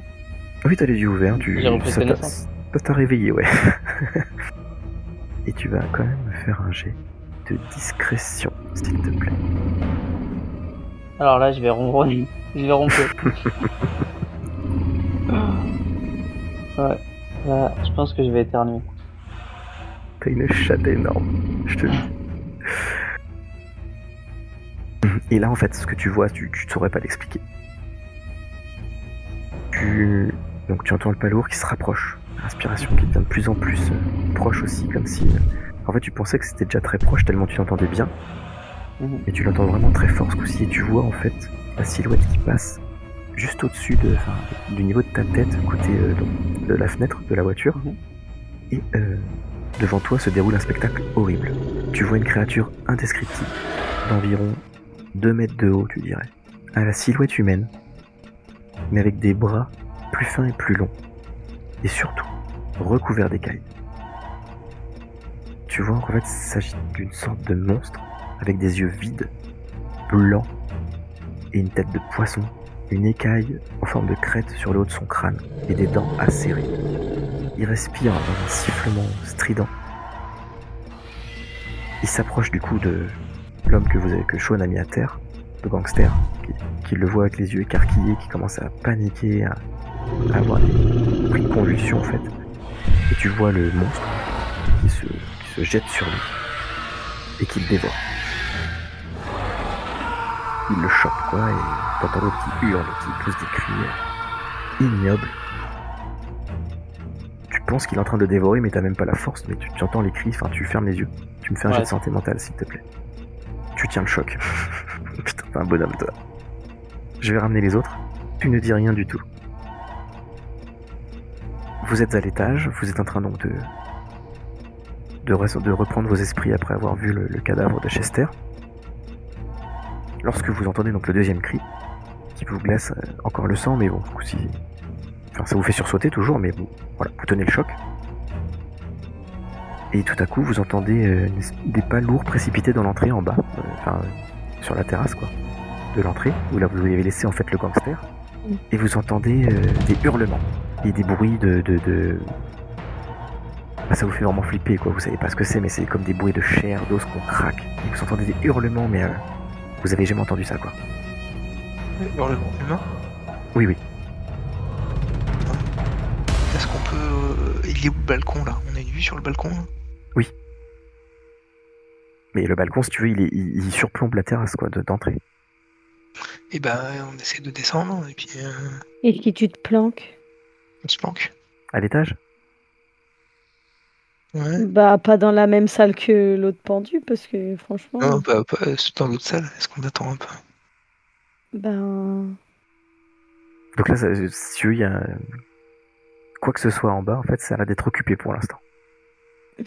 Speaker 6: Oui, t'as les yeux ouverts, tu.
Speaker 5: J'ai repris
Speaker 6: ça t'a-
Speaker 5: connaissance.
Speaker 6: ça t'a réveillé, ouais. [LAUGHS] Et tu vas quand même me faire un jet de discrétion, s'il te plaît.
Speaker 5: Alors là, je vais ronronner. Je vais ronfler. ouais. Là, je pense que je vais éternuer.
Speaker 6: T'as une chatte énorme, je te le dis. Et là, en fait, ce que tu vois, tu, tu saurais pas l'expliquer. Tu... Donc tu entends le palourd qui se rapproche. La Respiration qui devient de plus en plus euh, proche aussi, comme si... euh, En fait, tu pensais que c'était déjà très proche tellement tu l'entendais bien.
Speaker 5: Mhm.
Speaker 6: Et tu l'entends vraiment très fort ce coup-ci. Et tu vois, en fait, la silhouette qui passe juste au-dessus de, enfin, du niveau de ta tête, côté euh, donc, de la fenêtre de la voiture.
Speaker 5: Mhm.
Speaker 6: Et... euh, Devant toi se déroule un spectacle horrible. Tu vois une créature indescriptible, d'environ 2 mètres de haut, tu dirais, à la silhouette humaine, mais avec des bras plus fins et plus longs, et surtout recouverts d'écailles. Tu vois qu'en fait, il s'agit d'une sorte de monstre avec des yeux vides, blancs, et une tête de poisson, une écaille en forme de crête sur le haut de son crâne, et des dents acérées. Il respire dans un sifflement strident. Il s'approche du coup de l'homme que vous avez, que Sean a mis à terre, le gangster, qui, qui le voit avec les yeux écarquillés, qui commence à paniquer, à, à avoir des prises de convulsions en fait. Et tu vois le monstre qui se, qui se jette sur lui et qui le dévore. Il le chope quoi, et t'entends l'autre qui hurle, qui pousse des cris euh, ignobles. Tu penses qu'il est en train de le dévorer, mais t'as même pas la force, mais tu, tu entends les cris, enfin tu fermes les yeux. Tu me fais un jet
Speaker 5: Ouais.
Speaker 6: de santé mentale, s'il te plaît. Tu tiens le choc. [LAUGHS] Putain, t'es un bonhomme, toi. Je vais ramener les autres. Tu ne dis rien du tout. Vous êtes à l'étage, vous êtes en train donc de, de, re- de reprendre vos esprits après avoir vu le, le cadavre de Chester. Lorsque vous entendez donc le deuxième cri, qui vous glace euh, encore le sang, mais bon, du coup, si. Enfin, ça vous fait sursauter toujours, mais bon, voilà, vous tenez le choc. Et tout à coup, vous entendez euh, une es- des pas lourds précipités dans l'entrée en bas, euh, enfin, euh, sur la terrasse, quoi, de l'entrée, où là vous avez laissé en fait le gangster.
Speaker 4: Mm.
Speaker 6: Et vous entendez euh, des hurlements et des bruits de. de, de- Ah, ça vous fait vraiment flipper, quoi, vous savez pas ce que c'est, mais c'est comme des bruits de chair, d'os qu'on craque. Et vous entendez des hurlements, mais euh, vous avez jamais entendu ça, quoi.
Speaker 3: Hurlement humain.
Speaker 6: Oui, oui.
Speaker 3: Est-ce qu'on peut. euh, Il est où le balcon là On a une vue sur le balcon là
Speaker 6: Mais le balcon, si tu veux, il, est- il- il surplombe la terrasse, quoi, de- d'entrée.
Speaker 3: Eh ben, on essaie de descendre et puis euh,
Speaker 4: Et qui tu te planques
Speaker 3: on se planque.
Speaker 6: À l'étage
Speaker 3: Ouais.
Speaker 4: Bah, pas dans la même salle que l'autre pendu, parce que franchement.
Speaker 3: Non, pas, pas euh, c'est dans l'autre salle. Est-ce qu'on attend un peu
Speaker 4: Ben.
Speaker 6: Donc là, ça- euh, si tu veux, il y a quoi que ce soit en bas, en fait, ça a l'air d'être occupé pour l'instant. Ah,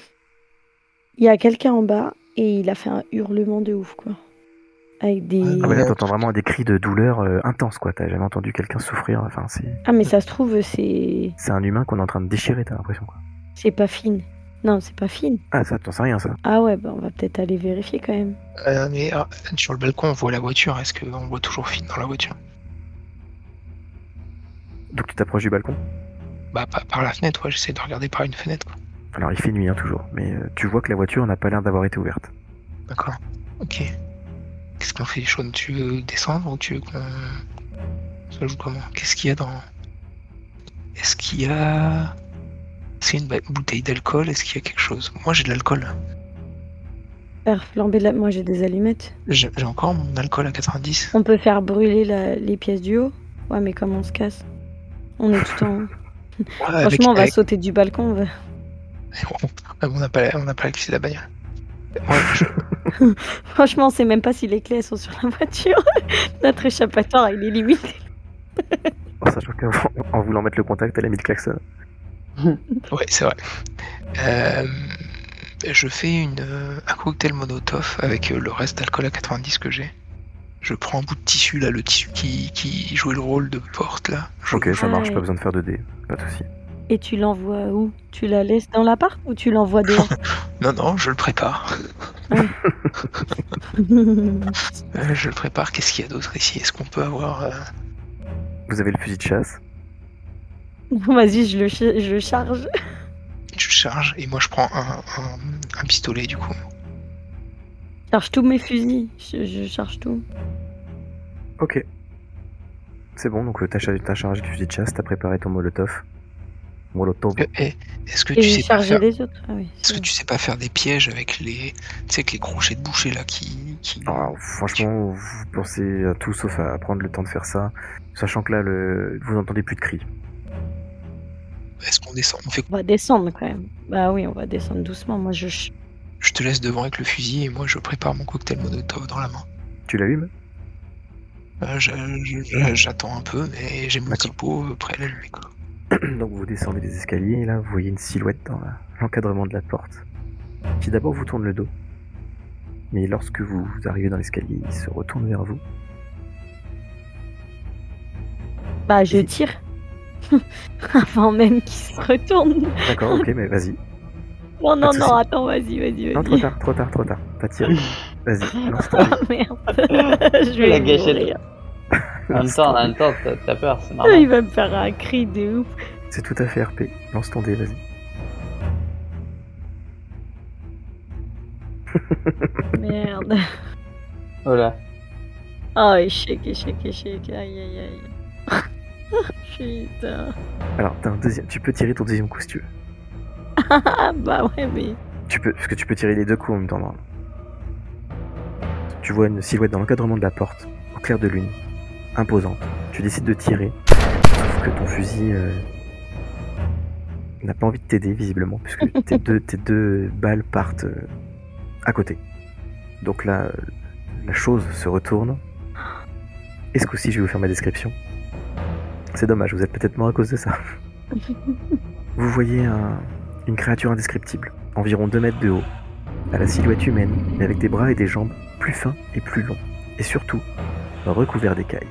Speaker 4: Il y a quelqu'un en bas et il a fait un hurlement de ouf, quoi. Avec des.
Speaker 3: Ah,
Speaker 6: Ah ouais,
Speaker 3: ouais,
Speaker 6: là, t'entends vraiment des cris de douleur euh, intenses, quoi. T'as jamais entendu quelqu'un souffrir. Enfin, c'est
Speaker 4: Ah, mais ça se trouve, c'est.
Speaker 6: c'est un humain qu'on est en train de déchirer, t'as l'impression, quoi.
Speaker 4: C'est pas fine. Non, c'est pas fine.
Speaker 6: Ah, ça, t'en sais rien, ça.
Speaker 4: Ah ouais, bah on va peut-être aller vérifier quand même.
Speaker 3: Euh, Mais ah, sur le balcon, on voit la voiture. Est-ce qu'on voit toujours Finn dans la voiture
Speaker 6: Donc tu t'approches du balcon
Speaker 3: Bah, par, par la fenêtre, ouais, j'essaie de regarder par une fenêtre, quoi.
Speaker 6: Alors il fait nuit hein, toujours, mais euh, tu vois que la voiture n'a pas l'air d'avoir été ouverte.
Speaker 3: D'accord. Ok. Qu'est-ce qu'on fait, Sean Tu veux descendre ou tu veux qu'on. Ça joue comment Qu'est-ce qu'il y a dans. Est-ce qu'il y a. C'est une ba- bouteille d'alcool Est-ce qu'il y a quelque chose Moi, j'ai de l'alcool.
Speaker 4: Faire flamber la... Moi, j'ai des allumettes.
Speaker 3: J'ai j'ai encore mon alcool à 90.
Speaker 4: On peut faire brûler la- les pièces du haut. Ouais, mais comment on se casse On est tout en...
Speaker 3: Ouais, Ah, avec-
Speaker 4: Franchement, on va
Speaker 3: avec-
Speaker 4: sauter du balcon. on
Speaker 3: [LAUGHS]
Speaker 4: va-
Speaker 3: on n'a pas, on n'a pas la clé de la bagnole. Moi, je-
Speaker 4: Franchement, on sait même pas si les clés elles sont sur la voiture. [LAUGHS] Notre échappatoire, il est limité.
Speaker 6: En sachant qu'en en voulant mettre le contact, elle a mis le klaxon.
Speaker 3: Ouais, c'est vrai. Euh, je fais une, euh, un cocktail monotov avec euh, le reste d'alcool à 90 que j'ai. Je prends un bout de tissu, là, le tissu qui, qui jouait le rôle de porte, là. Je-
Speaker 6: Ok, ça marche,
Speaker 4: Ouais.
Speaker 6: pas besoin de faire de dés, pas de soucis.
Speaker 4: Et tu l'envoies où Tu la laisses dans l'appart ou tu
Speaker 3: [LAUGHS]
Speaker 4: l'envoies dehors
Speaker 3: Non, non, je le prépare. Euh, je le prépare. Qu'est-ce qu'il y a d'autre ici Est-ce qu'on peut avoir. euh,
Speaker 6: Vous avez le fusil de chasse,
Speaker 4: Bon, Vas-y, je le, chi- je le charge.
Speaker 3: Tu le charges et moi je prends un, un- un pistolet, du coup.
Speaker 4: Je charge tous mes fusils. Je, je charge tout.
Speaker 6: ok. C'est bon, donc euh, t'as chargé, t'as chargé le fusil de chasse, t'as préparé ton molotov. Molotov.
Speaker 3: Euh, eh, Est-ce que,
Speaker 4: Et
Speaker 3: tu
Speaker 4: j'ai
Speaker 3: sais pas
Speaker 4: chargé
Speaker 3: faire...
Speaker 4: les autres. Ah oui,
Speaker 3: Est-ce que tu sais pas faire des pièges avec les. Tu sais, avec les crochets de boucher, là, qui. qui...
Speaker 6: Alors, Ah, franchement, vous pensez à tout sauf à prendre le temps de faire ça, sachant que là, le... vous n'entendez plus de cris.
Speaker 3: Est-ce qu'on descend On fait
Speaker 4: On va descendre quand même. Bah oui, on va descendre doucement. Moi, je. ch-
Speaker 3: Je te laisse devant avec le fusil et moi je prépare mon cocktail Molotov dans la main.
Speaker 6: Tu l'allumes [CLEARS THROAT]
Speaker 3: Euh, je- je- je- J'attends un peu, mais j'ai mon
Speaker 6: D'accord.
Speaker 3: typo euh, prêt à l'allumer. quoi.
Speaker 6: Donc vous descendez les escaliers et là vous voyez une silhouette dans la- l'encadrement de la porte qui d'abord vous tourne le dos. Mais lorsque vous arrivez dans l'escalier, il se retourne vers [LAUGHS] vous.
Speaker 4: Bah, je tire. [LAUGHS] Avant même qu'il se retourne.
Speaker 6: D'accord, ok, mais vas-y.
Speaker 4: Non, non,
Speaker 6: de
Speaker 4: non,
Speaker 6: souci.
Speaker 4: attends, vas-y, vas-y,
Speaker 6: Non, trop
Speaker 4: vas-y.
Speaker 6: tard, trop tard, trop tard. T'as tiré. Vas-y, lance ta
Speaker 4: [LAUGHS] Ah,
Speaker 3: [LAUGHS]
Speaker 4: merde. [LAUGHS] je vais
Speaker 5: La
Speaker 4: mourir.
Speaker 5: gâchette. En même
Speaker 6: Lance
Speaker 5: temps,
Speaker 6: ton
Speaker 5: en
Speaker 6: dé.
Speaker 5: même temps, t'as- t'as peur, c'est
Speaker 4: Ah,
Speaker 5: normal.
Speaker 4: Il va me faire un cri de ouf.
Speaker 6: C'est tout à fait RP. Lance ton dé, vas-y.
Speaker 4: Merde.
Speaker 5: Oh là.
Speaker 4: Oh, échec, échec, échec. Aïe, aïe, aïe. [LAUGHS] Putain.
Speaker 6: Alors, t'as un deuxième. Tu peux tirer ton deuxième coup si tu veux.
Speaker 4: Ah, bah ouais, mais. [LAUGHS]
Speaker 6: Tu peux, parce que tu peux tirer les deux coups en même temps. normalement. Tu vois une silhouette dans l'encadrement de la porte, au clair de lune, imposante. Tu décides de tirer, sauf que ton fusil euh, n'a pas envie de t'aider visiblement, puisque tes deux, tes deux balles partent euh, à côté. Donc là, euh, la chose se retourne. Est-ce que aussi je vais vous faire ma description C'est dommage, vous êtes peut-être mort à cause de ça. vous voyez un- une créature indescriptible environ 2 mètres de haut, à la silhouette humaine, mais avec des bras et des jambes plus fins et plus longs, et surtout recouvert d'écailles.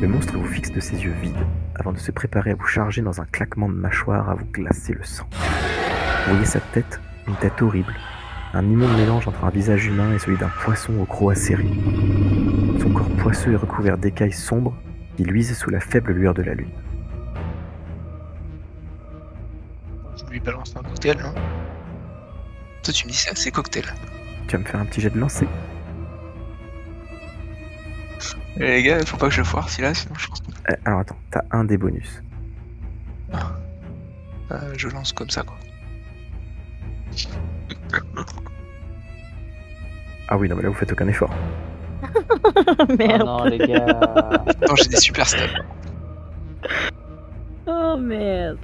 Speaker 6: Le monstre vous fixe de ses yeux vides avant de se préparer à vous charger dans un claquement de mâchoire à vous glacer le sang. Vous voyez sa tête, une tête horrible, un immonde mélange entre un visage humain et celui d'un poisson au croc acéré. Son corps poisseux est recouvert d'écailles sombres qui luisent sous la faible lueur de la lune.
Speaker 3: Je lui balance un cocktail. hein. Toi tu me dis ça, c'est cocktail.
Speaker 6: Tu vas me faire un petit jet de lancer.
Speaker 3: Et Eh, les gars, faut pas que je le foire si là, sinon je pense que
Speaker 6: Euh, alors attends, t'as un des bonus.
Speaker 3: euh, je lance comme ça quoi.
Speaker 6: Ah oui, non mais là vous faites aucun effort.
Speaker 5: Oh
Speaker 4: merde.
Speaker 5: non, les gars.
Speaker 3: Non, j'ai des super stats.
Speaker 4: Oh merde.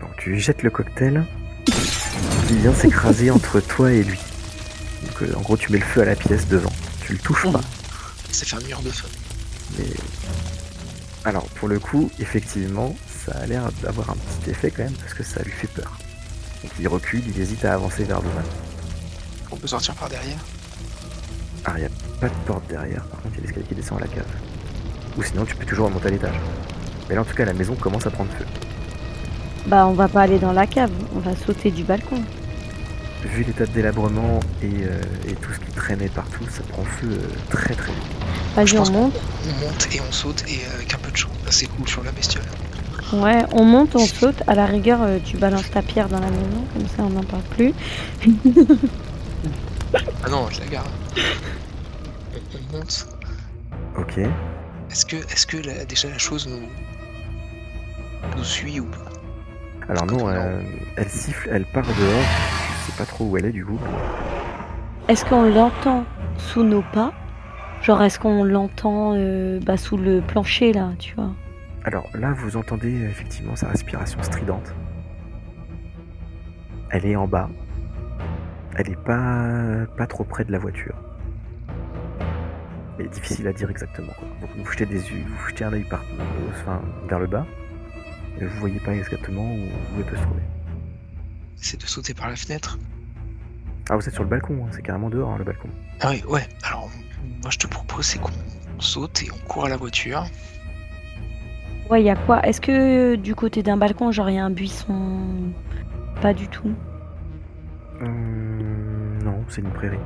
Speaker 6: Donc tu jettes le cocktail qui vient s'écraser entre toi et lui. Donc euh, en gros tu mets le feu à la pièce devant. Tu le touches pas.
Speaker 3: Ça fait un mur de feu.
Speaker 6: Alors pour le coup, effectivement, ça a l'air d'avoir un petit effet quand même parce que ça lui fait peur. Donc il recule, il hésite à avancer vers devant.
Speaker 3: On peut sortir par derrière.
Speaker 6: Ah il n'y a pas de porte derrière, par contre il y a l'escalier qui descend à la cave. Ou sinon tu peux toujours remonter à l'étage. Mais là en tout cas la maison commence à prendre feu.
Speaker 4: Bah, on va pas aller dans la cave. On va sauter du balcon.
Speaker 6: vu l'état de délabrement et, euh, et tout ce qui traînait partout, ça prend feu euh, très très vite.
Speaker 3: Je
Speaker 4: Vas-y,
Speaker 3: pense
Speaker 4: on monte.
Speaker 3: On monte et on saute et euh, avec un peu de chance, on s'écoule sur la bestiole.
Speaker 4: Ouais, on monte, on saute. À la rigueur, euh, tu balances ta pierre dans la maison, comme ça on n'en parle plus.
Speaker 3: Ah non, je la garde. On, on monte.
Speaker 6: Ok.
Speaker 3: Est-ce que, est-ce que la- déjà la chose nous, nous suit ou pas
Speaker 6: Alors non, euh, elle siffle, elle part dehors. Je sais pas trop où elle est du coup.
Speaker 4: Est-ce qu'on l'entend sous nos pas Genre, est-ce qu'on l'entend euh, bah, sous le plancher, là, tu vois
Speaker 6: Alors là, vous entendez euh, effectivement sa respiration stridente. Elle est en bas. Elle est pas, pas trop près de la voiture. Mais difficile à dire exactement. quoi. Donc vous jetez des yeux, vous jetez un œil par, euh, enfin, vers le bas. Et vous voyez pas exactement où, où elle peut se trouver.
Speaker 3: C'est de sauter par la fenêtre
Speaker 6: Ah, vous êtes sur le balcon, hein, c'est carrément dehors hein, le balcon.
Speaker 3: Ah oui, ouais. Alors, moi je te propose, c'est qu'on saute et on court à la voiture.
Speaker 4: Ouais, il y a quoi Est-ce que euh, du côté d'un balcon, genre, il y a un buisson Pas du tout.
Speaker 6: Hum, non, c'est une prairie.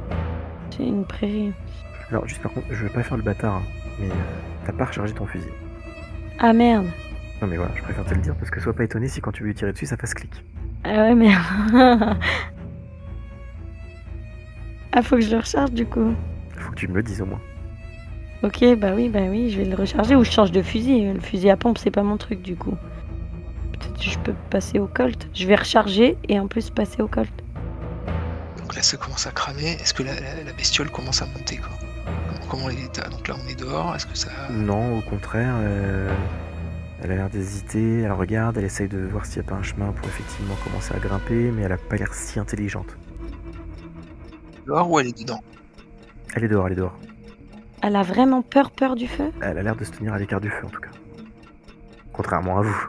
Speaker 4: C'est une prairie.
Speaker 6: Alors juste par contre, je veux pas faire le bâtard, hein, mais euh, t'as pas rechargé ton fusil.
Speaker 4: Ah merde
Speaker 6: Non mais voilà, je préfère te le dire parce que sois pas étonné si quand tu veux lui tirer dessus, ça fasse clic.
Speaker 4: Ah ouais, merde [LAUGHS] Ah, faut que je le recharge, du coup.
Speaker 6: Faut que tu me le dises au moins.
Speaker 4: Ok, bah oui, bah oui, je vais le recharger ou je change de fusil. Le fusil à pompe, c'est pas mon truc, du coup. Peut-être que je peux passer au Colt. Je vais recharger et en plus passer au Colt.
Speaker 3: Donc là, ça commence à cramer. Est-ce que la, la- la bestiole commence à monter quoi Comment- Comment elle est Donc là, on est dehors. Est-ce que ça.
Speaker 6: Non, au contraire, euh, elle a l'air d'hésiter, elle regarde, elle essaye de voir s'il n'y a pas un chemin pour effectivement commencer à grimper, mais elle a pas l'air si intelligente.
Speaker 3: Dehors ou elle est dedans
Speaker 6: Elle est dehors, elle est dehors.
Speaker 4: Elle a vraiment peur, peur du feu
Speaker 6: Elle a l'air de se tenir à l'écart du feu en tout cas. Contrairement à vous.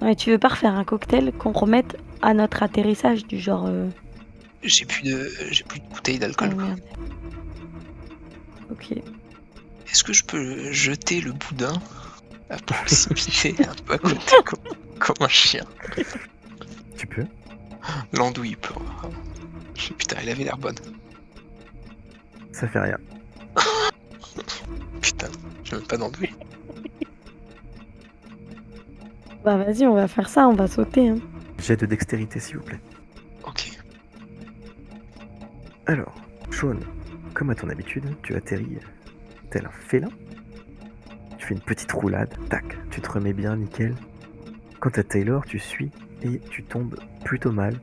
Speaker 4: Ouais, tu veux pas refaire un cocktail qu'on remette à notre atterrissage, du genre. euh,
Speaker 3: J'ai plus de, j'ai plus de bouteille
Speaker 4: ah,
Speaker 3: d'alcool. quoi.
Speaker 4: merde. Ok.
Speaker 3: Est-ce que je peux jeter le boudin à proximité, un peu à côté, comme, comme un chien
Speaker 6: Tu peux
Speaker 3: L'andouille pour. Putain, elle avait l'air bonne.
Speaker 6: Ça fait rien.
Speaker 3: Putain, j'ai même pas d'andouille.
Speaker 4: Bah vas-y, on va faire ça, on va sauter. hein.
Speaker 6: Jet de dextérité s'il vous plaît.
Speaker 3: Ok.
Speaker 6: Alors, Sean, comme à ton habitude, tu atterris euh, tel un félin. Tu fais une petite roulade, tac, tu te remets bien, nickel. Quant à Taylor, tu suis et tu tombes plutôt mal.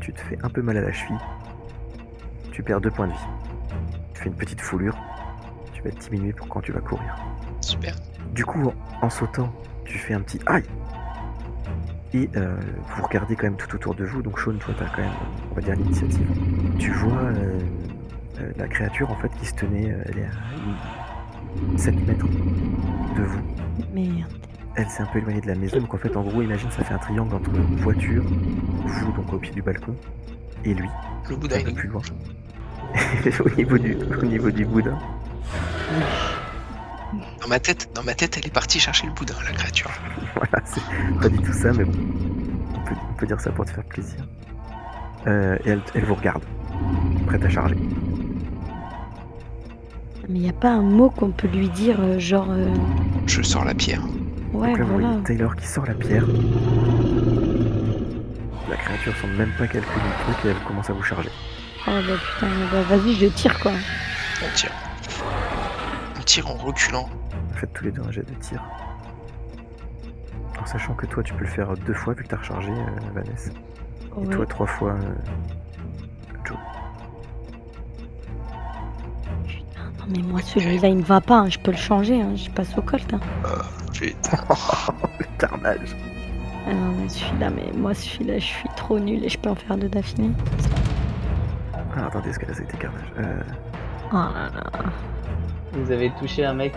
Speaker 6: Tu te fais un peu mal à la cheville. Tu perds deux points de vie. Tu fais une petite foulure. Tu vas te diminuer pour quand tu vas courir.
Speaker 3: Super.
Speaker 6: Du coup, en- en sautant, tu fais un petit aïe. Et euh, vous regardez quand même tout autour de vous, donc Sean, toi, t'as quand même, on va dire, l'initiative. Tu vois euh, euh, la créature, en fait, qui se tenait, euh, elle est à une- 7 mètres de vous.
Speaker 4: Merde.
Speaker 6: Elle s'est un peu éloignée de la maison, donc en fait, en gros, imagine, ça fait un triangle entre voiture, vous, donc au pied du balcon, et lui,
Speaker 3: Le boudin,
Speaker 6: un
Speaker 3: il
Speaker 6: peu
Speaker 3: est
Speaker 6: plus loin. [LAUGHS] au, niveau du, au niveau du boudin.
Speaker 3: Dans ma tête, dans ma tête, elle est partie chercher le boudin, la créature.
Speaker 6: [LAUGHS] voilà, c'est pas du tout ça, mais bon, on peut, on peut dire ça pour te faire plaisir. Euh, et elle, elle vous regarde, prête à charger.
Speaker 4: Ah, Mais y a pas un mot qu'on peut lui dire, euh, genre. euh,
Speaker 3: Je sors la pierre.
Speaker 4: Ouais,
Speaker 6: Donc là, vous
Speaker 4: voilà.
Speaker 6: voyez Taylor qui sort la pierre. La créature semble même pas calculer le truc et elle commence à vous charger.
Speaker 4: Oh bah putain, bah vas-y, je tire quoi.
Speaker 3: On tire. On tire en reculant.
Speaker 6: Faites tous les deux un jet de tir. En sachant que toi, tu peux le faire deux fois vu que t'as rechargé, euh, Vanessa. Et
Speaker 4: Ouais.
Speaker 6: toi, trois fois. euh, [LAUGHS]
Speaker 4: Non Ah, mais moi celui-là il me va pas, hein. je peux le changer, hein. je passe au colt. Hein.
Speaker 3: Putain.
Speaker 6: Le carnage
Speaker 4: Ah non mais celui-là, mais moi celui-là je suis trop nulle et je peux en faire deux d'affilée.
Speaker 6: Ah, attendez, est-ce que là, ça a été carnage Euh,
Speaker 4: Oh là là.
Speaker 5: Vous avez touché un mec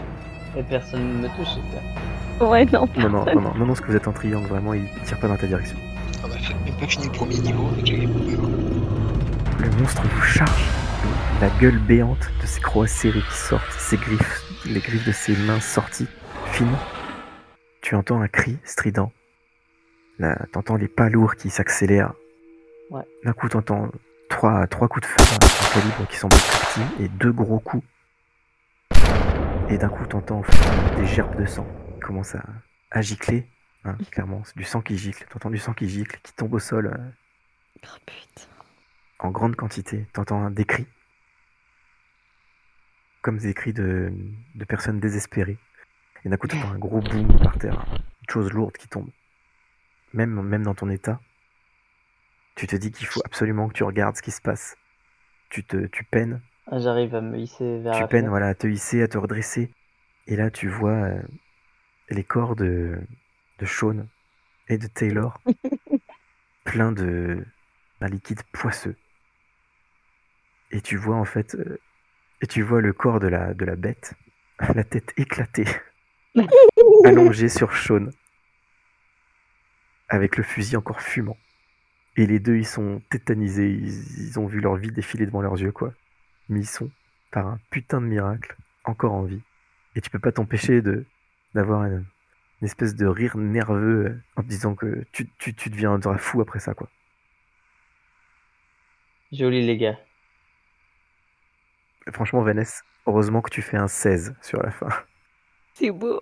Speaker 5: et personne ne me touche, j'espère.
Speaker 4: Ouais non.
Speaker 6: Non, non, non, non, non, parce que vous êtes en triangle, vraiment, il tire pas dans ta direction.
Speaker 3: On a fait- même pas fini le premier niveau. déjà, il y a pas mal.
Speaker 6: Le monstre vous charge, la gueule béante de ses croix serrées qui sortent, ses griffes, les griffes de ses mains sorties, fines. Tu entends un cri strident. Là, T'entends les pas lourds qui s'accélèrent.
Speaker 5: Ouais.
Speaker 6: D'un coup, t'entends trois, trois coups de feu d'un calibre qui semble tout petit et deux gros coups. Et d'un coup, t'entends en fait, des gerbes de sang qui commencent à, à gicler. hein, clairement, c'est du sang qui gicle. T'entends du sang qui gicle, qui tombe au sol euh,
Speaker 7: Oh putain.
Speaker 6: en grande quantité. T'entends des cris. Comme des cris de, de personnes désespérées. Et d'un coup, t'entends un gros boum par terre. Une chose lourde qui tombe. Même, même dans ton état, tu te dis qu'il faut absolument que tu regardes ce qui se passe. Tu, te, tu peines
Speaker 5: Ah, J'arrive à me hisser vers
Speaker 6: tu
Speaker 5: la
Speaker 6: peines
Speaker 5: fenêtre.
Speaker 6: voilà, à te hisser, à te redresser. Et là, tu vois euh, les corps de, de Sean et de
Speaker 5: [LAUGHS]
Speaker 6: Taylor pleins de d'un liquide poisseux. Et tu vois en fait, euh, et tu vois le corps de la, de la bête, [LAUGHS] la tête
Speaker 5: [LAUGHS]
Speaker 6: éclatée, allongée sur Sean, avec le fusil encore fumant. Et les deux, ils sont tétanisés, ils, ils ont vu leur vie défiler devant leurs yeux, quoi. Mais ils sont par un putain de miracle, encore en vie. Et tu peux pas t'empêcher de d'avoir une, une espèce de rire nerveux euh, en te disant que tu, tu, tu deviendras fou après ça, quoi.
Speaker 5: Joli les gars.
Speaker 6: Franchement, Vanessa, heureusement que tu fais un 16 sur la fin. [LAUGHS]
Speaker 7: C'est beau.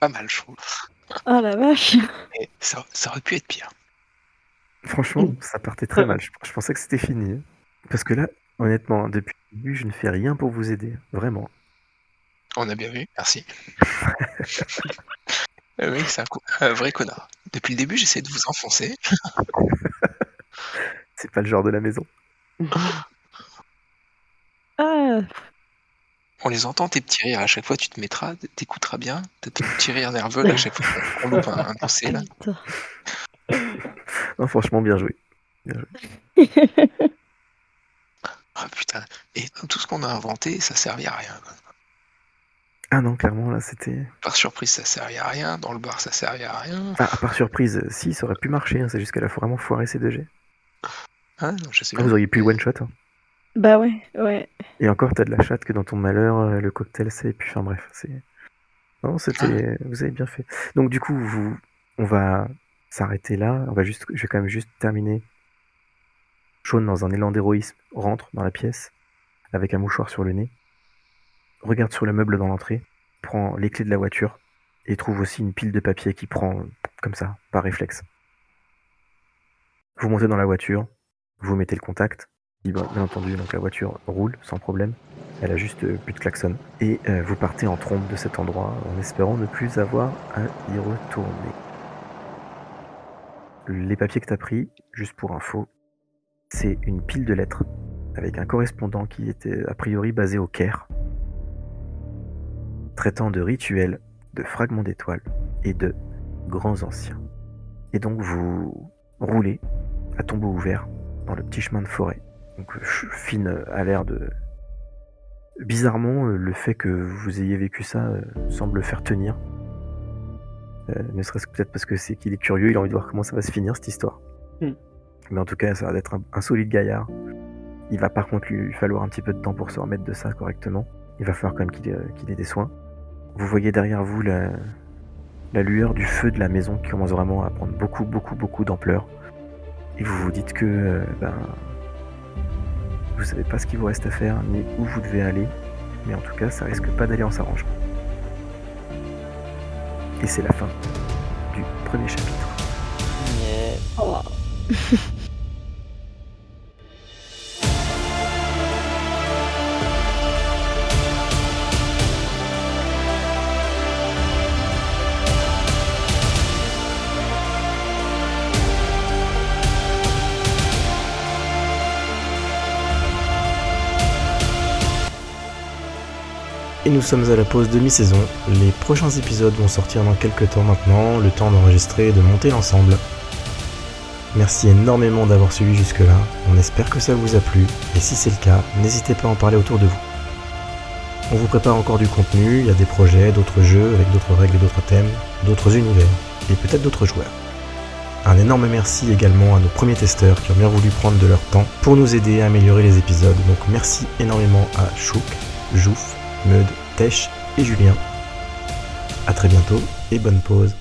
Speaker 3: Pas mal, je trouve.
Speaker 4: Ah,
Speaker 7: Oh la vache.
Speaker 3: Mais ça, ça aurait pu être pire.
Speaker 6: Franchement, ça partait très mal. Je, je pensais que c'était fini. Parce que là, honnêtement, depuis le début, je ne fais rien pour vous aider. Vraiment.
Speaker 3: On a bien vu, merci. [LAUGHS] Le mec, c'est un, co- un vrai connard. Depuis le début, j'essaie de vous enfoncer.
Speaker 6: C'est pas le genre de la maison.
Speaker 7: Ah,
Speaker 3: On les entend, tes petits rires. À chaque fois, tu te mettras, t'écouteras bien. T'as tes petits rires nerveux là, à chaque fois qu'on loupe un, un conseil, là.
Speaker 7: putain.
Speaker 4: [LAUGHS]
Speaker 6: Non, franchement, bien joué.
Speaker 3: Ah putain. Et tout ce qu'on a inventé, ça servait à rien. quoi.
Speaker 6: Ah non, clairement, là, c'était.
Speaker 3: Par surprise, ça servait à rien. Dans le bar, ça servait à rien.
Speaker 6: Ah, à part surprise, si, ça aurait pu marcher. hein, C'est juste qu'elle a vraiment foiré ses deux jets.
Speaker 3: Hein non, je sais
Speaker 6: Ah,
Speaker 3: pas.
Speaker 6: Vous auriez pu le one-shot. hein.
Speaker 7: Bah ouais, ouais.
Speaker 6: Et encore, t'as de la chatte que dans ton malheur, euh, le cocktail, c'est. Puis, enfin, bref, c'est. Non, c'était. Vous avez bien fait. Donc, du coup, vous... on va s'arrêter là. On va juste... Je vais quand même juste terminer. Sean, dans un élan d'héroïsme, rentre dans la pièce, avec un mouchoir sur le nez, regarde sur le meuble dans l'entrée, prend les clés de la voiture, et trouve aussi une pile de papier qui prend, euh, comme ça, par réflexe. Vous montez dans la voiture, vous mettez le contact, oui, Bien bien entendu, donc la voiture roule sans problème. Elle a juste euh, plus de klaxon. Et euh, vous partez en trombe de cet endroit en espérant ne plus avoir à y retourner. Les papiers que t'as pris, juste pour info, c'est une pile de lettres avec un correspondant qui était a priori basé au Caire, traitant de rituels, de fragments d'étoiles et de grands anciens. Et donc vous roulez à tombeau ouvert dans le petit chemin de forêt. Donc euh, ch- Finn euh, a l'air de... Bizarrement, euh, le fait que vous ayez vécu ça euh, semble le faire tenir. Euh, ne serait-ce que peut-être parce que c'est qu'il est curieux, il a envie de voir comment ça va se finir cette histoire.
Speaker 5: Hmm.
Speaker 6: Mais en tout cas, ça va d'être un, un solide gaillard. Il va par contre lui falloir un petit peu de temps pour se remettre de ça correctement. Il va falloir quand même qu'il ait, qu'il ait des soins. Vous voyez derrière vous la, la lueur du feu de la maison qui commence vraiment à prendre beaucoup, beaucoup, beaucoup d'ampleur. Et vous vous dites que euh, ben, vous savez pas ce qu'il vous reste à faire, ni où vous devez aller, mais en tout cas, ça risque pas d'aller en s'arrangeant. Et c'est la fin du premier chapitre.
Speaker 5: Yeah.
Speaker 7: Oh.
Speaker 1: Et nous sommes à la pause demi-saison. Les prochains épisodes vont sortir dans quelques temps maintenant, le temps d'enregistrer et de monter l'ensemble. Merci énormément d'avoir suivi jusque-là. On espère que ça vous a plu. Et si c'est le cas, n'hésitez pas à en parler autour de vous. On vous prépare encore du contenu, il y a des projets, d'autres jeux, avec d'autres règles et d'autres thèmes, d'autres univers, et peut-être d'autres joueurs. Un énorme merci également à nos premiers testeurs qui ont bien voulu prendre de leur temps pour nous aider à améliorer les épisodes. Donc merci énormément à Chouk, Jouf, Meud, Tèche et Julien. A très bientôt et bonne pause.